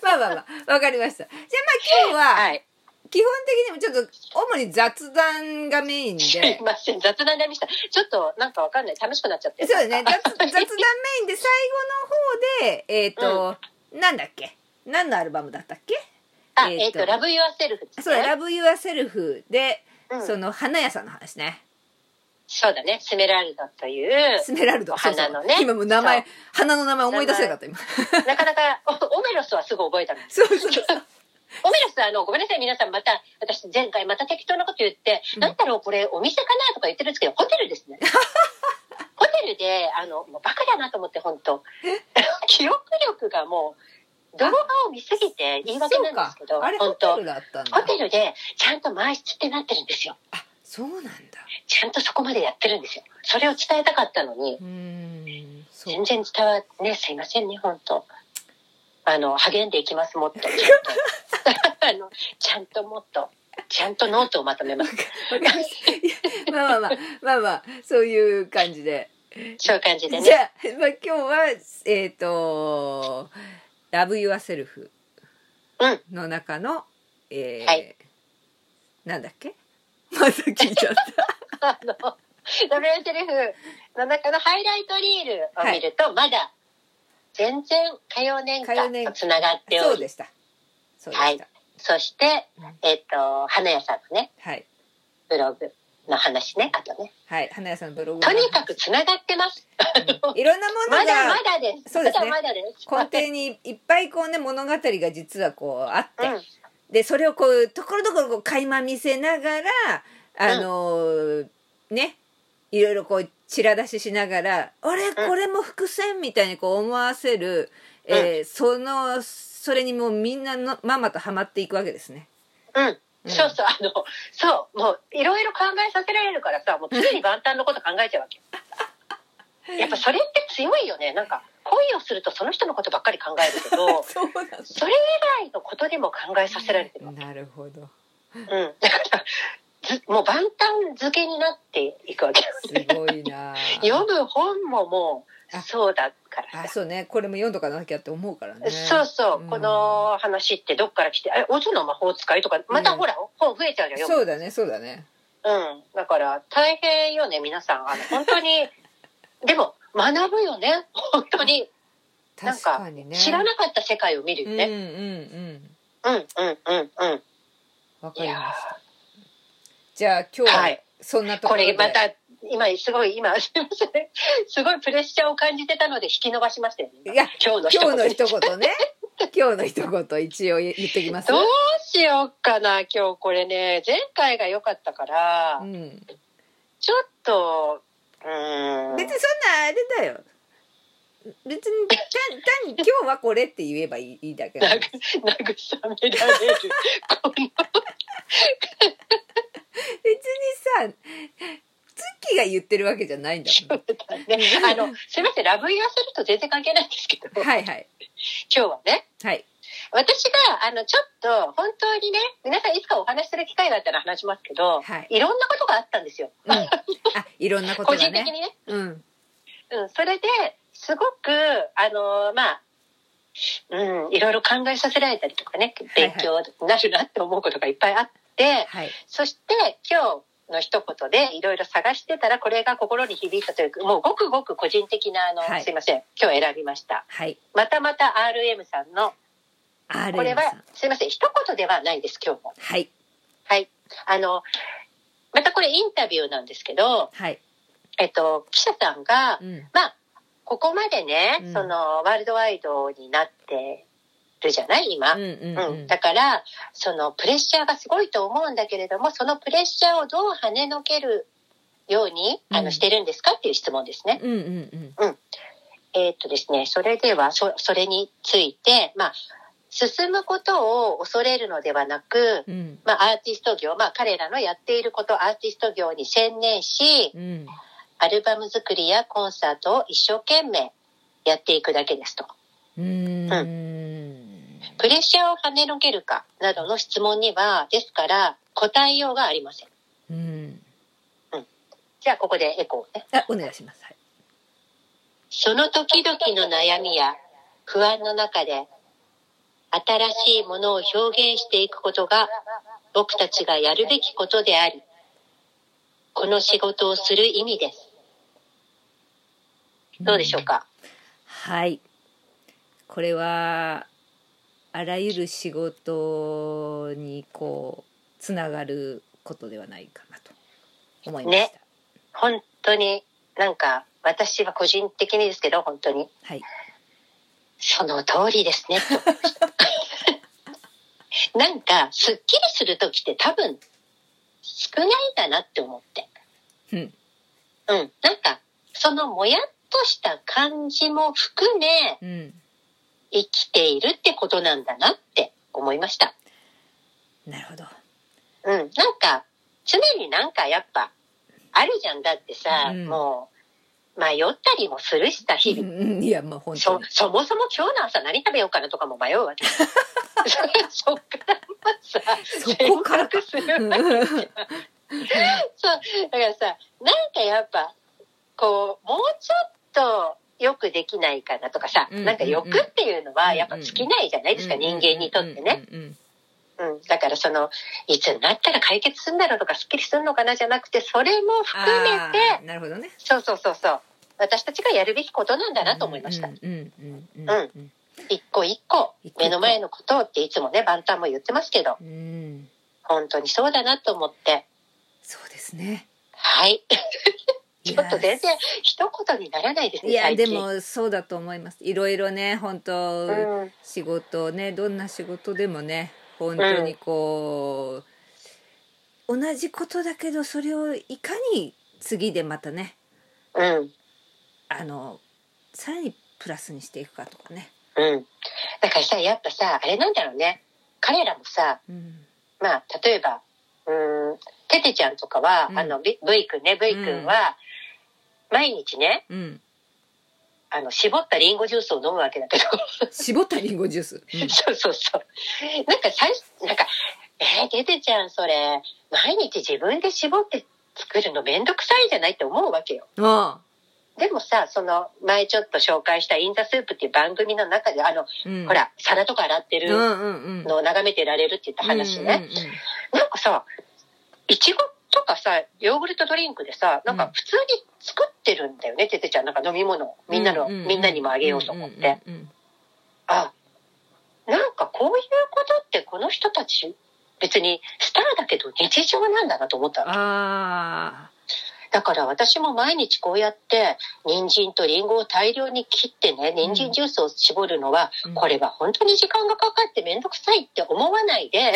Speaker 2: まあまあまあわかりましたじゃあまあ今日は、
Speaker 1: はい。
Speaker 2: 基本的にもちょっと主に雑談がメインですそう
Speaker 1: いません、雑談になりました。ちょっと、なんかわかんない。楽しくなっちゃって。
Speaker 2: です ね雑雑談メインで最後の方でえっ、と、なんだっけ何のアルバムだったっけ
Speaker 1: あ、
Speaker 2: えーと
Speaker 1: えっ、と、ラブ・ユア・セルフですね。
Speaker 2: そうだ「Love Yourself で」
Speaker 1: うん
Speaker 2: その花屋さんの話ね
Speaker 1: そうだね。スメラルドという、
Speaker 2: スメラルド
Speaker 1: お花のね
Speaker 2: そうそう今もう名前
Speaker 1: そ
Speaker 2: 花の名前思い出せなかった今
Speaker 1: なかなか、おオメロスはすぐ覚えたの。
Speaker 2: そうそうそう
Speaker 1: オメラスあの、ごめんなさい、皆さんまた、私前回また適当なこと言って、
Speaker 2: うん
Speaker 1: なんだろう、これお店かなとか言ってるんですけど、ホテルですね。 ホテルで、あの、もうバカだなと思って、本当 記憶力がもう、動画を見すぎて言い訳なんですけ
Speaker 2: そう
Speaker 1: ど、
Speaker 2: かあれホ
Speaker 1: 本
Speaker 2: テ
Speaker 1: 当
Speaker 2: ルだったんだ
Speaker 1: ホテルで、ちゃんと満室ってなってるんですよ。
Speaker 2: あそうなんだ
Speaker 1: ちゃんとそこまでやってるんですよ。それを伝えたかったのに
Speaker 2: う、ーんそう
Speaker 1: 全然伝わね、すいませんね、本当あの、励んでいきます、も っと。ちゃんと あの、ちゃんともっと、ちゃんとノートをまとめます。
Speaker 2: わかりましたいやまあまあまあまあまあそういう感じで
Speaker 1: そういう感じで
Speaker 2: じ
Speaker 1: ね。
Speaker 2: ゃあ、まあ、今日はえっ、と「ラブ・ユア・セルフ
Speaker 1: うん」
Speaker 2: の中の、えー
Speaker 1: はい
Speaker 2: なんだっけ まず聞いち ゃった
Speaker 1: あの、ダブルセルフの中のハイライトリールを見ると、まだ、全然、火曜年
Speaker 2: 火曜
Speaker 1: 間
Speaker 2: 年
Speaker 1: とつながって
Speaker 2: そ
Speaker 1: お
Speaker 2: う
Speaker 1: り、
Speaker 2: でしたそうでした
Speaker 1: そして
Speaker 2: うん、
Speaker 1: えっ、と、花屋さんのね、
Speaker 2: はい
Speaker 1: ブログの話ね、あとね。
Speaker 2: はい花屋さんのブログ
Speaker 1: とにかくつながってます。
Speaker 2: うんいろんなもの
Speaker 1: まだ
Speaker 2: が
Speaker 1: まだです。
Speaker 2: そうですね
Speaker 1: まだまだです。
Speaker 2: 根底にいっぱいこうね物語が実はこうあって、
Speaker 1: うん
Speaker 2: でそれをこうところどころこう垣間見せながらあのーねいろいろこう散ら出ししながら「あれこれも伏線」みたいにこう思わせる、えーそのそれにもうみんなのまんまとハマっていくわけですね。
Speaker 1: うん。
Speaker 2: うん
Speaker 1: そうそう、あの、そう、もう、いろいろ考えさせられるからさ、もう常に万端のこと考えちゃうわけ。 やっぱそれって強いよね。なんか、恋をするとその人のことばっかり考えるけ ど、
Speaker 2: そう
Speaker 1: それ以外のことでも考えさせられてるわ。
Speaker 2: ななるほど
Speaker 1: うん。 だから、ずもう万端付けになっていくわ け。
Speaker 2: すごいな
Speaker 1: 読む本ももう、
Speaker 2: あ
Speaker 1: そうだから
Speaker 2: あ
Speaker 1: さ。
Speaker 2: そうねこれも読んどかなきゃって思うからね。
Speaker 1: そうそう、
Speaker 2: うん
Speaker 1: この話ってどっから来て、え、オズの魔法使いとか、またほら、本増えちゃうじゃん、読む
Speaker 2: そうだねそうだね。
Speaker 1: うん。だから、大変よね、皆さん。あの、本当に、 でも、学ぶよね。本当に。なん
Speaker 2: 確
Speaker 1: か
Speaker 2: かにね。
Speaker 1: 知らなかった世界を見るよ
Speaker 2: うん
Speaker 1: ね。
Speaker 2: うんうん。
Speaker 1: うん、うん、うん、うん。
Speaker 2: わか
Speaker 1: い
Speaker 2: り
Speaker 1: や
Speaker 2: ました。じゃあ今日
Speaker 1: は
Speaker 2: はいそんな
Speaker 1: ー
Speaker 2: と
Speaker 1: こ
Speaker 2: ころで、
Speaker 1: れまた、今、すごい、今、 すいません。すごいプレッシャーを感じてたので、引き伸ばしましたよね。
Speaker 2: いや
Speaker 1: 今日の一
Speaker 2: 今
Speaker 1: 言
Speaker 2: 日の一言ね 今日の一言一応言ってきます
Speaker 1: どうしようかな、今日これね。前回が良かったから
Speaker 2: う、ん、
Speaker 1: ちょっと、うん。
Speaker 2: 別にそんなあれだよ別に単単に今日はこれって言えばいいいいだけ
Speaker 1: な
Speaker 2: だ
Speaker 1: ぐ 慰められる。この
Speaker 2: 別にさツッキーが言ってるわけじゃないんだもん
Speaker 1: ね、 あの、すみません、ラブ言わせると全然関係ないんですけど、今
Speaker 2: はいはい
Speaker 1: 日はね、
Speaker 2: はい
Speaker 1: 私が、あの、ちょっと、本当にね、皆さんいつかお話しする機会があったら話しますけど、
Speaker 2: はい
Speaker 1: い、ろんなことがあったんですよ。
Speaker 2: うん、あいろんなこと
Speaker 1: 個
Speaker 2: が
Speaker 1: 人的
Speaker 2: ね
Speaker 1: にね。
Speaker 2: うん
Speaker 1: うん、それで、すごく、あの、まあ、うん、いろいろ考えさせられたりとかね、勉強になるなって思うことがいっぱいあって、
Speaker 2: はい
Speaker 1: そして今日の一言でいろいろ探してたらこれが心に響いたというもうごくごく個人的なあの、
Speaker 2: はい
Speaker 1: すいません今日選びました
Speaker 2: はい
Speaker 1: またまた RM さんの
Speaker 2: RM
Speaker 1: これ
Speaker 2: さ
Speaker 1: は
Speaker 2: ん
Speaker 1: すいません一言ではないんです今日も
Speaker 2: はい
Speaker 1: はいあのまたこれインタビューなんですけど
Speaker 2: はい
Speaker 1: えっと記者さんが
Speaker 2: うん
Speaker 1: まあここまでね、
Speaker 2: うん
Speaker 1: そのワールドワイドになってるじゃない今、
Speaker 2: うんうん
Speaker 1: う
Speaker 2: うん
Speaker 1: ん、だからそのプレッシャーがすごいと思うんだけれどもそのプレッシャーをどう跳ねのけるようにあ
Speaker 2: うん
Speaker 1: のしてるんですかっていう質問ですね。
Speaker 2: うんうんうん
Speaker 1: えーっとですねそれではそそれについて、まあ、進むことを恐れるのではなく、
Speaker 2: うん
Speaker 1: まあ、アーティスト業、まあ、彼らのやっていることアーティスト業に専念し
Speaker 2: うん
Speaker 1: アルバム作りやコンサートを一生懸命やっていくだけですと。
Speaker 2: うーん
Speaker 1: プレッシャーを跳ねのけるかなどの質問にはですから答えようがありません。
Speaker 2: うん
Speaker 1: じゃあここでエコーね。
Speaker 2: あお願いしますはい
Speaker 1: その時々の悩みや不安の中で新しいものを表現していくことが僕たちがやるべきことであり、この仕事をする意味です。どうでしょうか、
Speaker 2: はい。これは、あらゆる仕事にこう、つながることではないかなと思いました。
Speaker 1: ね本当になんか私は個人的にですけど本当に
Speaker 2: はい。
Speaker 1: その通りですね。 なんか、すっきりするときって多分、少ないんだなって思って。
Speaker 2: うん。
Speaker 1: うん。なんか、そのもやっとした感じも含め、
Speaker 2: うん。
Speaker 1: 生きているってことなんだなって思いました。
Speaker 2: なるほど。
Speaker 1: うん。なんか、常になんかやっぱ、あるじゃんだってさ、
Speaker 2: うん
Speaker 1: もう、迷ったりもするしさ、日々。
Speaker 2: うんいや、まあ本当
Speaker 1: そ
Speaker 2: に。
Speaker 1: そもそも今日の朝何食べようかなとかも迷うわ けそそっからまずさ
Speaker 2: そこからか
Speaker 1: 選択する
Speaker 2: うん
Speaker 1: そうだからさなんかやっぱこうもうちょっとよくできないかなとかさ、
Speaker 2: うん
Speaker 1: なんか欲っていうのはやっぱ尽きないじ ゃないですか、人間にとってね、。
Speaker 2: うんうんうん
Speaker 1: うん、だからそのいつになったら解決するんだろうとかすっきりするのかなじゃなくてそれも含め
Speaker 2: あ
Speaker 1: て
Speaker 2: ーなるほどね。
Speaker 1: そうそうそうそう私たちがやるべきことなんだなと思いました、
Speaker 2: うんうんうんうんうん
Speaker 1: 一個一個
Speaker 2: 一個
Speaker 1: 目
Speaker 2: 一個
Speaker 1: の前のことっていつもね万端も言ってますけど
Speaker 2: うん。うん。
Speaker 1: 本当にそうだなと思って
Speaker 2: そうですね。
Speaker 1: はい
Speaker 2: いや
Speaker 1: ちょっと全然一言にならないですね
Speaker 2: いや、
Speaker 1: 最
Speaker 2: で
Speaker 1: 近
Speaker 2: もそうだと思います。いろいろね、本当、
Speaker 1: うん
Speaker 2: 仕事をねどんな仕事でもね本当にこう、同じことだけどそれをいかに次でまたね
Speaker 1: うん
Speaker 2: あのさらにプラスにしていくかとかね。
Speaker 1: うんだからさやっぱさあれなんだろうね彼らもさ
Speaker 2: うん
Speaker 1: まあ例えばうーんててちゃんとかは、
Speaker 2: うん
Speaker 1: あの V 君ね V 君は、毎日ね
Speaker 2: うん、
Speaker 1: あの絞ったリンゴジュースを飲むわけだけど
Speaker 2: 絞ったリンゴジュース、うん
Speaker 1: そうそうそう。なんか最初、なんか、えー、ててちゃんそれ、毎日自分で絞って作るのめんどくさいじゃないって思うわけよ。
Speaker 2: ああ
Speaker 1: でもさ、その、前ちょっと紹介したインザスープっていう番組の中で、あの、
Speaker 2: うん、
Speaker 1: ほら、皿とか洗って
Speaker 2: うんう
Speaker 1: る
Speaker 2: んうん
Speaker 1: のを眺めてられるって言った話ね。なんかさ、いちごとかさ、ヨーグルトドリンクでさ、なんか普通に作ってるんだよね、ててちゃん。なんか飲み物をみんなの、みんなにもあげようと思って。。
Speaker 2: うんうんうん
Speaker 1: あなんかこういうことってこの人たち別にスターだけど日常なんだなと思ったの
Speaker 2: ああ
Speaker 1: だから私も毎日こうやって人参とリンゴを大量に切ってね人参ジュースを絞るのは、
Speaker 2: うん
Speaker 1: これは本当に時間がかかって面倒くさいって思わないで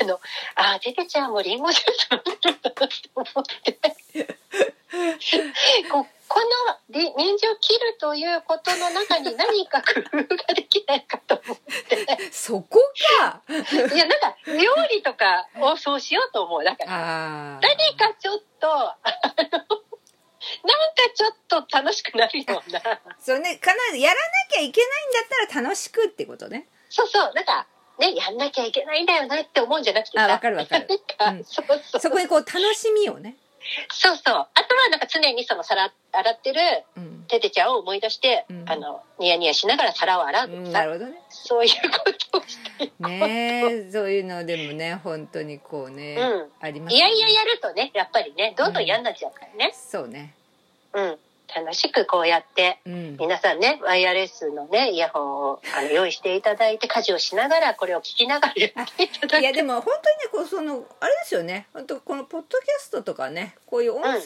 Speaker 1: あの、あ、テテちゃんもリンゴジュース飲んでるんだなと思って。ここのり人参を切るということの中に何か工夫ができないかと思って。
Speaker 2: そこか
Speaker 1: いや、なんか料理とかをそうしようと思う。だから。
Speaker 2: あ
Speaker 1: 何
Speaker 2: ー
Speaker 1: かちょっと、あのなんかちょっと楽しくなるような。
Speaker 2: そうね必ずやらなきゃいけないんだったら楽しくってことね
Speaker 1: そうそう、なんか、ね、やんなきゃいけないんだよなって思うんじゃなくてさ。
Speaker 2: あわかるわかる
Speaker 1: なんか
Speaker 2: うん
Speaker 1: そうそう。
Speaker 2: そこにこう楽しみをね、
Speaker 1: そうそう。あとはなんか常にその皿洗ってる
Speaker 2: うん
Speaker 1: テテちゃんを思い出して、
Speaker 2: うん
Speaker 1: あの、ニヤニヤしながら皿を洗う
Speaker 2: うん、
Speaker 1: さ
Speaker 2: なるほどね
Speaker 1: そういうことをしていこう。
Speaker 2: ねえそういうのでもね本当にこうね、
Speaker 1: うん
Speaker 2: あります
Speaker 1: い
Speaker 2: よ
Speaker 1: や
Speaker 2: ね
Speaker 1: いややるとね、やっぱりね、どんどん嫌になっちゃうからね。
Speaker 2: そうね
Speaker 1: うん。楽しくこうやって、
Speaker 2: うん
Speaker 1: 皆さんね、ワイヤレスのね、イヤホンをあの用意していただいて、家事をしながら、これを聞きながらやっていただ
Speaker 2: い
Speaker 1: く。
Speaker 2: やでも本当にねこうそのあれですよね本当このポッドキャストとかねこういう音声系は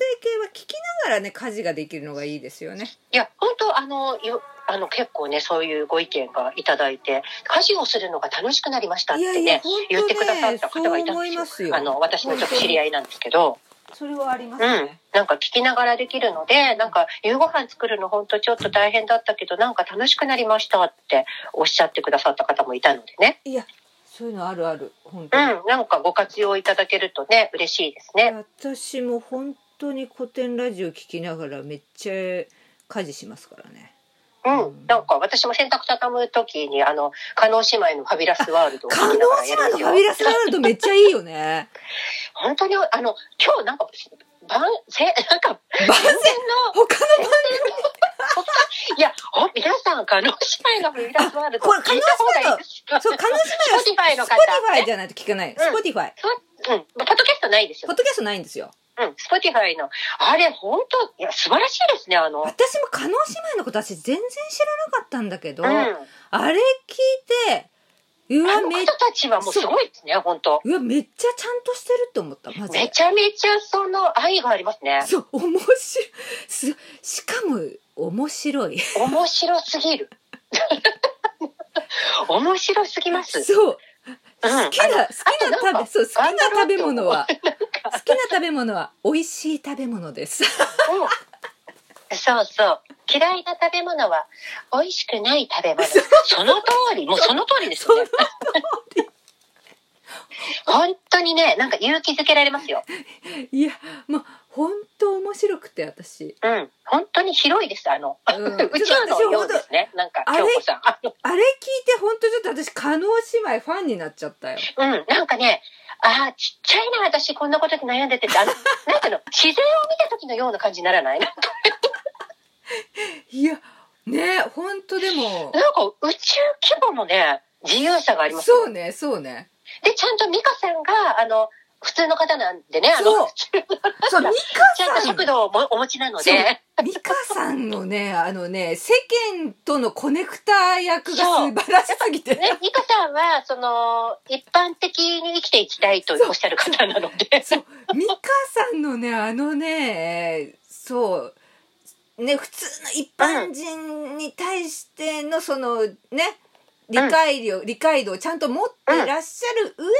Speaker 2: 聞きながらね、家事ができるのがいいですよね
Speaker 1: いや、本当あの、よあの結構ね、そういうご意見がいただいて、家事をするのが楽しくなりましたっ
Speaker 2: いや
Speaker 1: て
Speaker 2: いや
Speaker 1: ね、
Speaker 2: 本
Speaker 1: 言ってくだ
Speaker 2: 当
Speaker 1: さ
Speaker 2: ね
Speaker 1: った
Speaker 2: そ
Speaker 1: 方が
Speaker 2: う
Speaker 1: いたん
Speaker 2: 思い
Speaker 1: で
Speaker 2: ます
Speaker 1: す
Speaker 2: よ
Speaker 1: よ。あの、私のちょっと知り合いなんですけど、
Speaker 2: それはあります
Speaker 1: う
Speaker 2: よ
Speaker 1: ん
Speaker 2: ね、。
Speaker 1: なんか聞きながらできるので、なんか夕ご飯作るの本当ちょっと大変だったけど、なんか楽しくなりましたっておっしゃってくださった方もいたのでね。
Speaker 2: いやそういうのあるある本
Speaker 1: う
Speaker 2: 当に、
Speaker 1: ん、なんかご活用いただけるとね、嬉しいですね。
Speaker 2: 私も本当に古典ラジオ聞きながらめっちゃ家事しますからね
Speaker 1: うん、なんか私も洗濯畳む時に、あの、加納姉妹のファビュラスワールドを
Speaker 2: 叶
Speaker 1: きながらやる
Speaker 2: 姉
Speaker 1: んです
Speaker 2: 妹のフ
Speaker 1: よ
Speaker 2: ァビュラスワールドめっちゃいいよ ね
Speaker 1: 本当に、あの、今日なんか、晩、せ、 なんか、
Speaker 2: 万全
Speaker 1: 全然
Speaker 2: 他の番
Speaker 1: の、いや、ほ皆さん、加納姉妹のファビュラスワールド
Speaker 2: あこれ
Speaker 1: 聞いた方がいいですよ。
Speaker 2: そう叶
Speaker 1: Spotify
Speaker 2: 姉妹は
Speaker 1: の
Speaker 2: ス
Speaker 1: 方
Speaker 2: ポティファイじゃないと聞けない、
Speaker 1: う
Speaker 2: ス
Speaker 1: ん
Speaker 2: ポティファイ
Speaker 1: うん、ポッドキャストないですよ
Speaker 2: ポッ。ドキャストないんですよ
Speaker 1: うん、Spotify の。あれ、本当いや、素晴らしいですね、あの。
Speaker 2: 私も叶姉妹のこと私全然知らなかったんだけど、
Speaker 1: うん。
Speaker 2: あれ聞いてう
Speaker 1: あ
Speaker 2: わ
Speaker 1: の
Speaker 2: め
Speaker 1: 人たちはもうすごいですね、本当
Speaker 2: うわめっちゃちゃんとしてるって思ったマジ
Speaker 1: め
Speaker 2: で
Speaker 1: ちゃめちゃその愛がありますね。
Speaker 2: そう面白いすしかも面白い
Speaker 1: 面白すぎる。 面白すぎます。
Speaker 2: そう
Speaker 1: う
Speaker 2: 好
Speaker 1: ん
Speaker 2: きな、
Speaker 1: あ
Speaker 2: 好き
Speaker 1: のあ
Speaker 2: な
Speaker 1: となん
Speaker 2: 食
Speaker 1: か
Speaker 2: べそう好き
Speaker 1: ワン
Speaker 2: な
Speaker 1: ダー
Speaker 2: 食
Speaker 1: ランド
Speaker 2: べ物は好きな食べ物は美味しい食べ物です
Speaker 1: うんそうそう。嫌いな食べ物は美味しくない食べ物。その通り、もうその通りですね。 本当にね、なんか勇気づけられますよ。
Speaker 2: いやもう本当面白くて私
Speaker 1: うん。本当に広いです、あの。
Speaker 2: うん
Speaker 1: 宇宙のようですね。なんか、
Speaker 2: あれ
Speaker 1: 京子さん。あの
Speaker 2: あれ聞いて本当ちょっと私加納姉妹ファンになっちゃったよ
Speaker 1: うん。なんかね、ああ、ちっちゃいな、私、こんなことで悩んでてって、あの、 なんていうの、自然を見た時のような感じにならないなんか、
Speaker 2: いやね本当でも
Speaker 1: なんか宇宙規模のね、自由さがありますよ
Speaker 2: そうねそうね
Speaker 1: で、ちゃんと美香さんが、あの、普通の方なんでね、あ
Speaker 2: そう
Speaker 1: の、
Speaker 2: そう美
Speaker 1: ちゃんと
Speaker 2: 香さん
Speaker 1: 尺度をもお持ちなので、
Speaker 2: 美香さんのねあのね世間とのコネクター役が素晴らしすぎて、
Speaker 1: ね、美香さんは、その、一般的に生きていきたいとおっしゃる方なので、
Speaker 2: そう美香さんのねあのねそうね普通の一般人に対してのそのね理解量、理解度をちゃんと持ってらっしゃる上で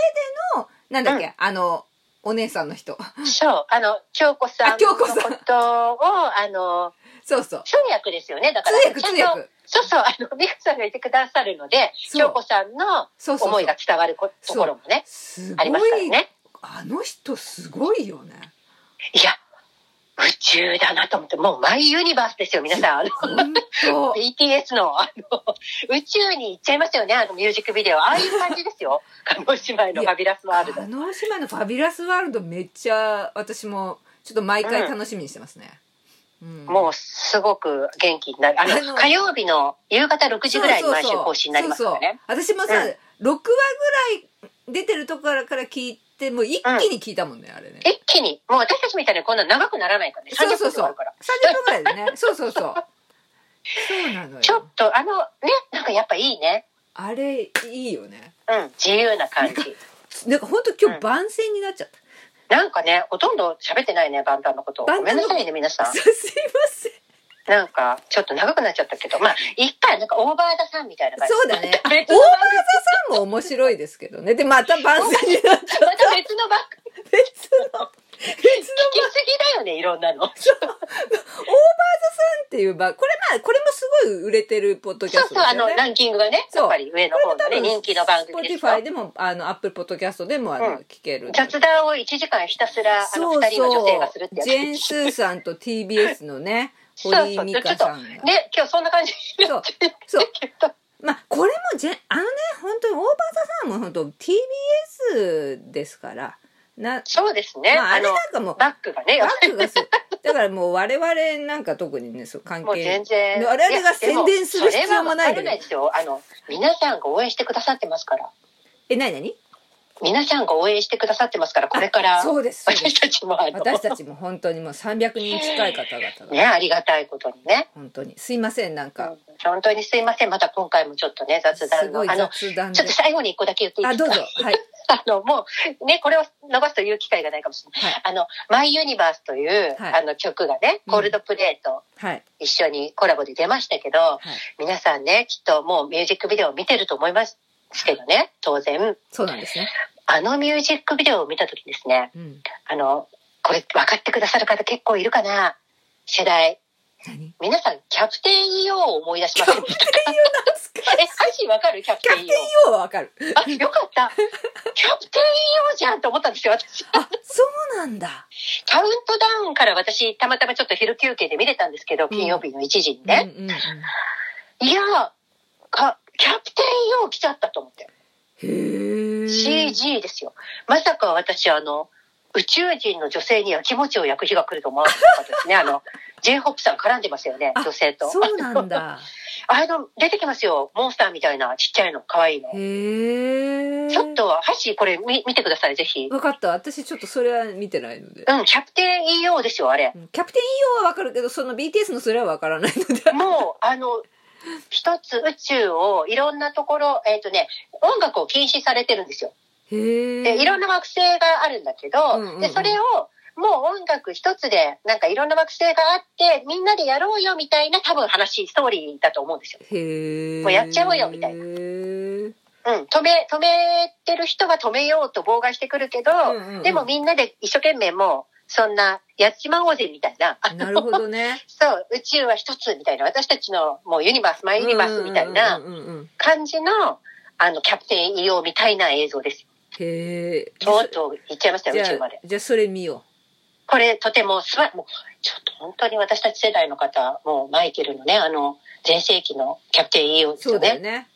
Speaker 2: の、なんだっけ、あのお姉さんの人
Speaker 1: そう、あの、京子さ
Speaker 2: あ
Speaker 1: ん
Speaker 2: 京
Speaker 1: の
Speaker 2: 子
Speaker 1: こ
Speaker 2: さん
Speaker 1: とを、あの、
Speaker 2: そうそう
Speaker 1: 通訳ですよね、だか
Speaker 2: 通
Speaker 1: ら。
Speaker 2: 訳
Speaker 1: ちゃん
Speaker 2: 通
Speaker 1: と
Speaker 2: 訳
Speaker 1: そうそう、あの、美香さんがいてくださるので、
Speaker 2: そう
Speaker 1: 京子さんの
Speaker 2: そうそう
Speaker 1: 思
Speaker 2: そ
Speaker 1: いうが伝わるこ
Speaker 2: そう
Speaker 1: ところもね、
Speaker 2: す
Speaker 1: ありま
Speaker 2: ご
Speaker 1: すから
Speaker 2: い
Speaker 1: ね。
Speaker 2: あの人すごいよ ね
Speaker 1: いや、宇宙だなと思って、もうマイユニバースですよ、皆さん。あの
Speaker 2: 本当
Speaker 1: BTS のあの宇宙に行っちゃいましたよね、あのミュージックビデオ。ああいう感じです よ。鹿児島のファビュラスワールド
Speaker 2: あ。の島のファビュラスワールドめっちゃ私もちょっと毎回楽しみにしてますね、うん
Speaker 1: もうすごく元気になる。あ
Speaker 2: あの
Speaker 1: の、火曜日の夕方6
Speaker 2: う
Speaker 1: 時ぐらいに毎週更新になりますからね。
Speaker 2: そうそう私もさ、6話ぐらい出てるところから聞いてもう一気に聞いたもんね、あれね
Speaker 1: 一気に、もう私たちみたいにこんな長くならないからね。
Speaker 2: そう
Speaker 1: 30分
Speaker 2: そう
Speaker 1: で
Speaker 2: そ
Speaker 1: 終
Speaker 2: う
Speaker 1: わ
Speaker 2: 30
Speaker 1: るから。
Speaker 2: 分ぐらいでね そうそうそうそうなの
Speaker 1: ちょっ
Speaker 2: よ
Speaker 1: と、あの、ね、なんかやっぱいいね。
Speaker 2: あれいいよね
Speaker 1: うん、自由な感じ。
Speaker 2: なんか本当今日番宣になっちゃった、
Speaker 1: なんかね、ほとんど喋ってないね、バンタンのこと。
Speaker 2: バ
Speaker 1: ご
Speaker 2: ンタ
Speaker 1: め
Speaker 2: ン
Speaker 1: んな
Speaker 2: のこと。
Speaker 1: さいね、皆さん
Speaker 2: すいません
Speaker 1: なん か、ちょっと長くなっちゃったけど、まあ、いっか、なんかオーバーザさんみたいな感じ。
Speaker 2: そうだね。オーバーザさも面白いですけどね。で、また番宣になっちゃう。
Speaker 1: また別の番組
Speaker 2: 別の、別
Speaker 1: 聞
Speaker 2: の
Speaker 1: きすぎだよね、いろんなの。
Speaker 2: オーバーズさんっていうば、これまあ、これもすごい売れてるポッドキャ
Speaker 1: そ
Speaker 2: ス
Speaker 1: うそ
Speaker 2: ト
Speaker 1: う、
Speaker 2: です
Speaker 1: あ
Speaker 2: よ
Speaker 1: の、ラ
Speaker 2: ね。
Speaker 1: ンキングがね、
Speaker 2: そう
Speaker 1: やっぱり上の方のね、人気の番組ですよ
Speaker 2: Spotify でも、あの、Apple ポッドキャストでも、あの、
Speaker 1: うん
Speaker 2: 聞けるので。
Speaker 1: 雑談を1時間ひたすら、あの、
Speaker 2: そう
Speaker 1: 2人の女性
Speaker 2: そ
Speaker 1: がするっ
Speaker 2: う
Speaker 1: て。やつ
Speaker 2: ジェーン・スーさんと TBS のね、
Speaker 1: そうそう
Speaker 2: 堀井美香さんが。
Speaker 1: ね、今日そんな感じになっちゃって
Speaker 2: そう
Speaker 1: けど。
Speaker 2: まあ、これもジェン、あのね、本当にオーバーザさんも本当 TBS ですから、な、
Speaker 1: そうですね。
Speaker 2: まあ、あ
Speaker 1: あ
Speaker 2: れな
Speaker 1: の
Speaker 2: ん、かもう、
Speaker 1: バックがね、
Speaker 2: バックがそう。だからもう我々なんか特にね、そう関
Speaker 1: もう
Speaker 2: 係
Speaker 1: 全然。
Speaker 2: 我々が宣伝する
Speaker 1: いや
Speaker 2: 必要もない
Speaker 1: で
Speaker 2: け
Speaker 1: もそれは分からない
Speaker 2: ど。
Speaker 1: ですよ。あの、皆さんが応援してくださってますから。
Speaker 2: え、なになに
Speaker 1: 皆さんが応援してくださってますから、これから。
Speaker 2: そうです。 そうです
Speaker 1: 私たちもあの、
Speaker 2: 私たちも本当にもう300人近い方々が、
Speaker 1: ね、ありがたいことにね。
Speaker 2: 本当に。すいません、なん
Speaker 1: う
Speaker 2: か。
Speaker 1: ん本当にすいません。また今回もちょっとね、雑
Speaker 2: す
Speaker 1: 談の。
Speaker 2: ごい
Speaker 1: あの、
Speaker 2: 雑談
Speaker 1: ち
Speaker 2: で
Speaker 1: ょっと。最後に一個だけ言っていいで
Speaker 2: あ、
Speaker 1: す
Speaker 2: ど
Speaker 1: か
Speaker 2: うぞ。はい。
Speaker 1: あの、もう、ね、これを逃すという機会がないかもしれない。
Speaker 2: はい
Speaker 1: あの、マイユニバースという、
Speaker 2: はい
Speaker 1: あの曲がね、
Speaker 2: うん
Speaker 1: コールドプレイと
Speaker 2: はい。
Speaker 1: 一緒にコラボで出ましたけど、
Speaker 2: はい。
Speaker 1: 皆さんね、きっともうミュージックビデオを見てると思いますけどね、当然。
Speaker 2: そうなんですね。
Speaker 1: あのミュージックビデオを見たときですね、
Speaker 2: うん。
Speaker 1: あの、これ分かってくださる方結構いるかな世代。
Speaker 2: 何
Speaker 1: 皆さん、キャプテン EO を思い出しませんでした え、アジわかるキャプ
Speaker 2: キ
Speaker 1: テ
Speaker 2: ャ
Speaker 1: ン
Speaker 2: プ
Speaker 1: EO
Speaker 2: テ。ン EO はわかる。
Speaker 1: あ、よかった。キャプテン EO じゃんと思ったんですよ、私。
Speaker 2: あ、そうなんだ。
Speaker 1: カウントダウンから私、たまたまちょっと昼休憩で見れたんですけど、金曜日の1時に
Speaker 2: う
Speaker 1: ね。
Speaker 2: んうんうん。
Speaker 1: いやーか、キャプテン EO 来ちゃったと思って。
Speaker 2: へえ。
Speaker 1: CG ですよ。まさか私、あの、宇宙人の女性にやきもちを焼く日が来ると思わなかったですね。 あの、J ホップさん絡んでますよね、
Speaker 2: あ
Speaker 1: 女性と。
Speaker 2: そうなんだ。
Speaker 1: あの、出てきますよ。モンスターみたいな、ちっちゃいの、可愛いの。
Speaker 2: へえ。
Speaker 1: ちょっと、ハッシー、これ見見てください、ぜひ。
Speaker 2: わかった。私ちょっとそれは見てないので。
Speaker 1: うん、キャプテン EO ですよ、あれ。
Speaker 2: キャプテン EO はわかるけど、その BTS のそれはわからないので。
Speaker 1: もう、あの、一つ宇宙をいろんなところ、えっ、とね、音楽を禁止されてるんですよ。
Speaker 2: へえ。
Speaker 1: で、いろんな惑星があるんだけど、
Speaker 2: うんうんうん
Speaker 1: で、それを、もう音楽一つで、なんかいろんな惑星があって、みんなでやろうよみたいな多分話、ストーリーだと思うんですよ。
Speaker 2: へえ。
Speaker 1: もうやっちゃおうよみたいな
Speaker 2: へ
Speaker 1: うん。
Speaker 2: え。
Speaker 1: 止め、止めてる人は止めようと妨害してくるけど、
Speaker 2: うんうんうん
Speaker 1: でもみんなで一生懸命もう、そんな、やっちまおうぜみたいな、あ
Speaker 2: なるほどね。
Speaker 1: そう、宇宙は一つみたいな、私たちのもうユニバース、マイユニバースみたいな、
Speaker 2: うんうんうんうんうん。
Speaker 1: 感じの、あの、キャプテン EO みたいな映像です。
Speaker 2: へえ。
Speaker 1: とうとう行っちゃいましたよ、
Speaker 2: じ
Speaker 1: 宇
Speaker 2: ゃ
Speaker 1: 宙ま
Speaker 2: あ
Speaker 1: で。、
Speaker 2: じゃあそれ見よ
Speaker 1: これ、とてもすば、もう、ちょっと本当に私たち世代の方、もうマイケルのね、あの、全盛期のキャプテン EO
Speaker 2: う。
Speaker 1: です
Speaker 2: そ
Speaker 1: よ
Speaker 2: うだ
Speaker 1: ね。
Speaker 2: よね。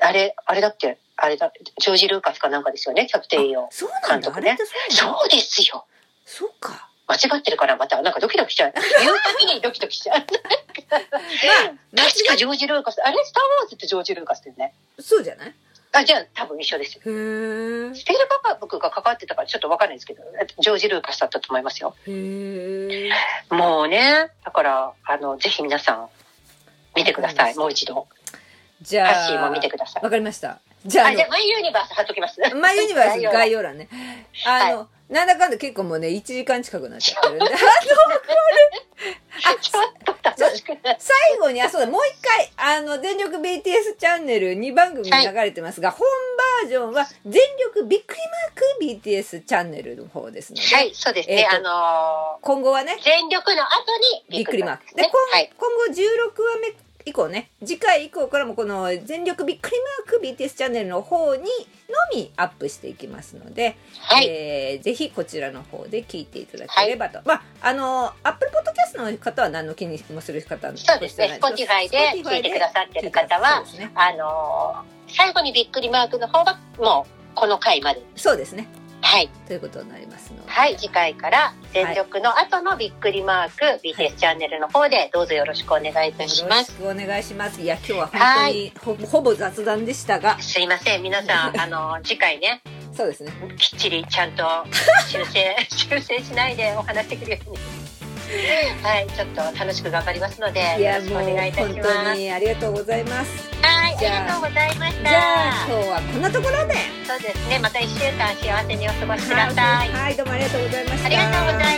Speaker 1: あれ、あれだっけあれだ、ジョージ・ルーカスかなんかですよね、キャプテン EO。
Speaker 2: そうなんだ。
Speaker 1: 監
Speaker 2: あ
Speaker 1: 督ね
Speaker 2: れってそうなんだ。
Speaker 1: そうですよ。
Speaker 2: そうか。
Speaker 1: 間違ってるからまた、なんかドキドキしちゃ う。言うたびにドキドキしちゃう。
Speaker 2: まあ、
Speaker 1: 確かジョージ・ルーカス。あれ、スター・ウォーズってジョージ・ルーカスだよね。
Speaker 2: そうじゃない
Speaker 1: あ、じゃあ多分一緒ですよ。
Speaker 2: へえ。
Speaker 1: スピルバーグが関わってたからちょっとわかんないですけど、ジョージ・ルーカスだったと思いますよ。
Speaker 2: へえ。
Speaker 1: もうね、だから、あの、ぜひ皆さん、見てください、もう一度。
Speaker 2: じゃ
Speaker 1: 歌
Speaker 2: あ。
Speaker 1: 詞も見てください。
Speaker 2: わかりました。じゃああ
Speaker 1: あ、
Speaker 2: の
Speaker 1: じゃあ、マイユニバース貼っときます。
Speaker 2: マイユニバース概
Speaker 1: 要
Speaker 2: 要欄ね。あの、なんだかんだ結構もうね、1時間近くなっちゃってるんで。 あの
Speaker 1: 欄。ちょっと楽しくなる。
Speaker 2: 最後に、あ、そうだ、もう一回、あの、全力 BTS チャンネル2番組流れてますが、本バージョンは、全力びっくりマーク BTS チャンネルの方ですので、
Speaker 1: はい、そうですね。
Speaker 2: え
Speaker 1: あ
Speaker 2: ー
Speaker 1: の
Speaker 2: 今後はね
Speaker 1: ー、全力の後に
Speaker 2: びっくりマーク。で、
Speaker 1: ね
Speaker 2: 今
Speaker 1: はい。
Speaker 2: 今後16話目以降ね、次回以降からもこの全力びっくりマーク BTS チャンネルの方にのみアップしていきますので、
Speaker 1: はい。
Speaker 2: えーぜひこちらの方で聞いていただければと。まあ、あの、Apple Podcast の方は何の気にもする方
Speaker 1: そうですね。Spotify で聞いてくださってる方は、あのー、最後にびっくりマークの方が、もう、この回まで。
Speaker 2: そうですね。
Speaker 1: はい。
Speaker 2: ということになりますので。
Speaker 1: はい、次回から全力の後のびっくりマーク、BTS チャンネルの方でどうぞよろしくお願いいたし
Speaker 2: よ
Speaker 1: ま
Speaker 2: ろ
Speaker 1: す
Speaker 2: し。くお願いします。いや、今日は本当にほほぼ雑談でしたが、
Speaker 1: すいません、皆さ ん、あの、次回ね、
Speaker 2: そうですね。
Speaker 1: きっちりちゃんと修 正、修正しないでお話できるように。はい、ちょっと楽しく頑張りますので、
Speaker 2: い
Speaker 1: よ
Speaker 2: や、
Speaker 1: ろしく
Speaker 2: も
Speaker 1: お
Speaker 2: う
Speaker 1: 願いいたし
Speaker 2: 本
Speaker 1: ます。
Speaker 2: 当
Speaker 1: はい、
Speaker 2: にありがとうございます。
Speaker 1: あ
Speaker 2: じゃあ
Speaker 1: りがとうございまし
Speaker 2: じゃあ、
Speaker 1: た。
Speaker 2: 今日はこんなところで。
Speaker 1: そうですね、また一週間幸せにお過ごしください。
Speaker 2: はい、どうもありがとうございました。
Speaker 1: ありがとうございました。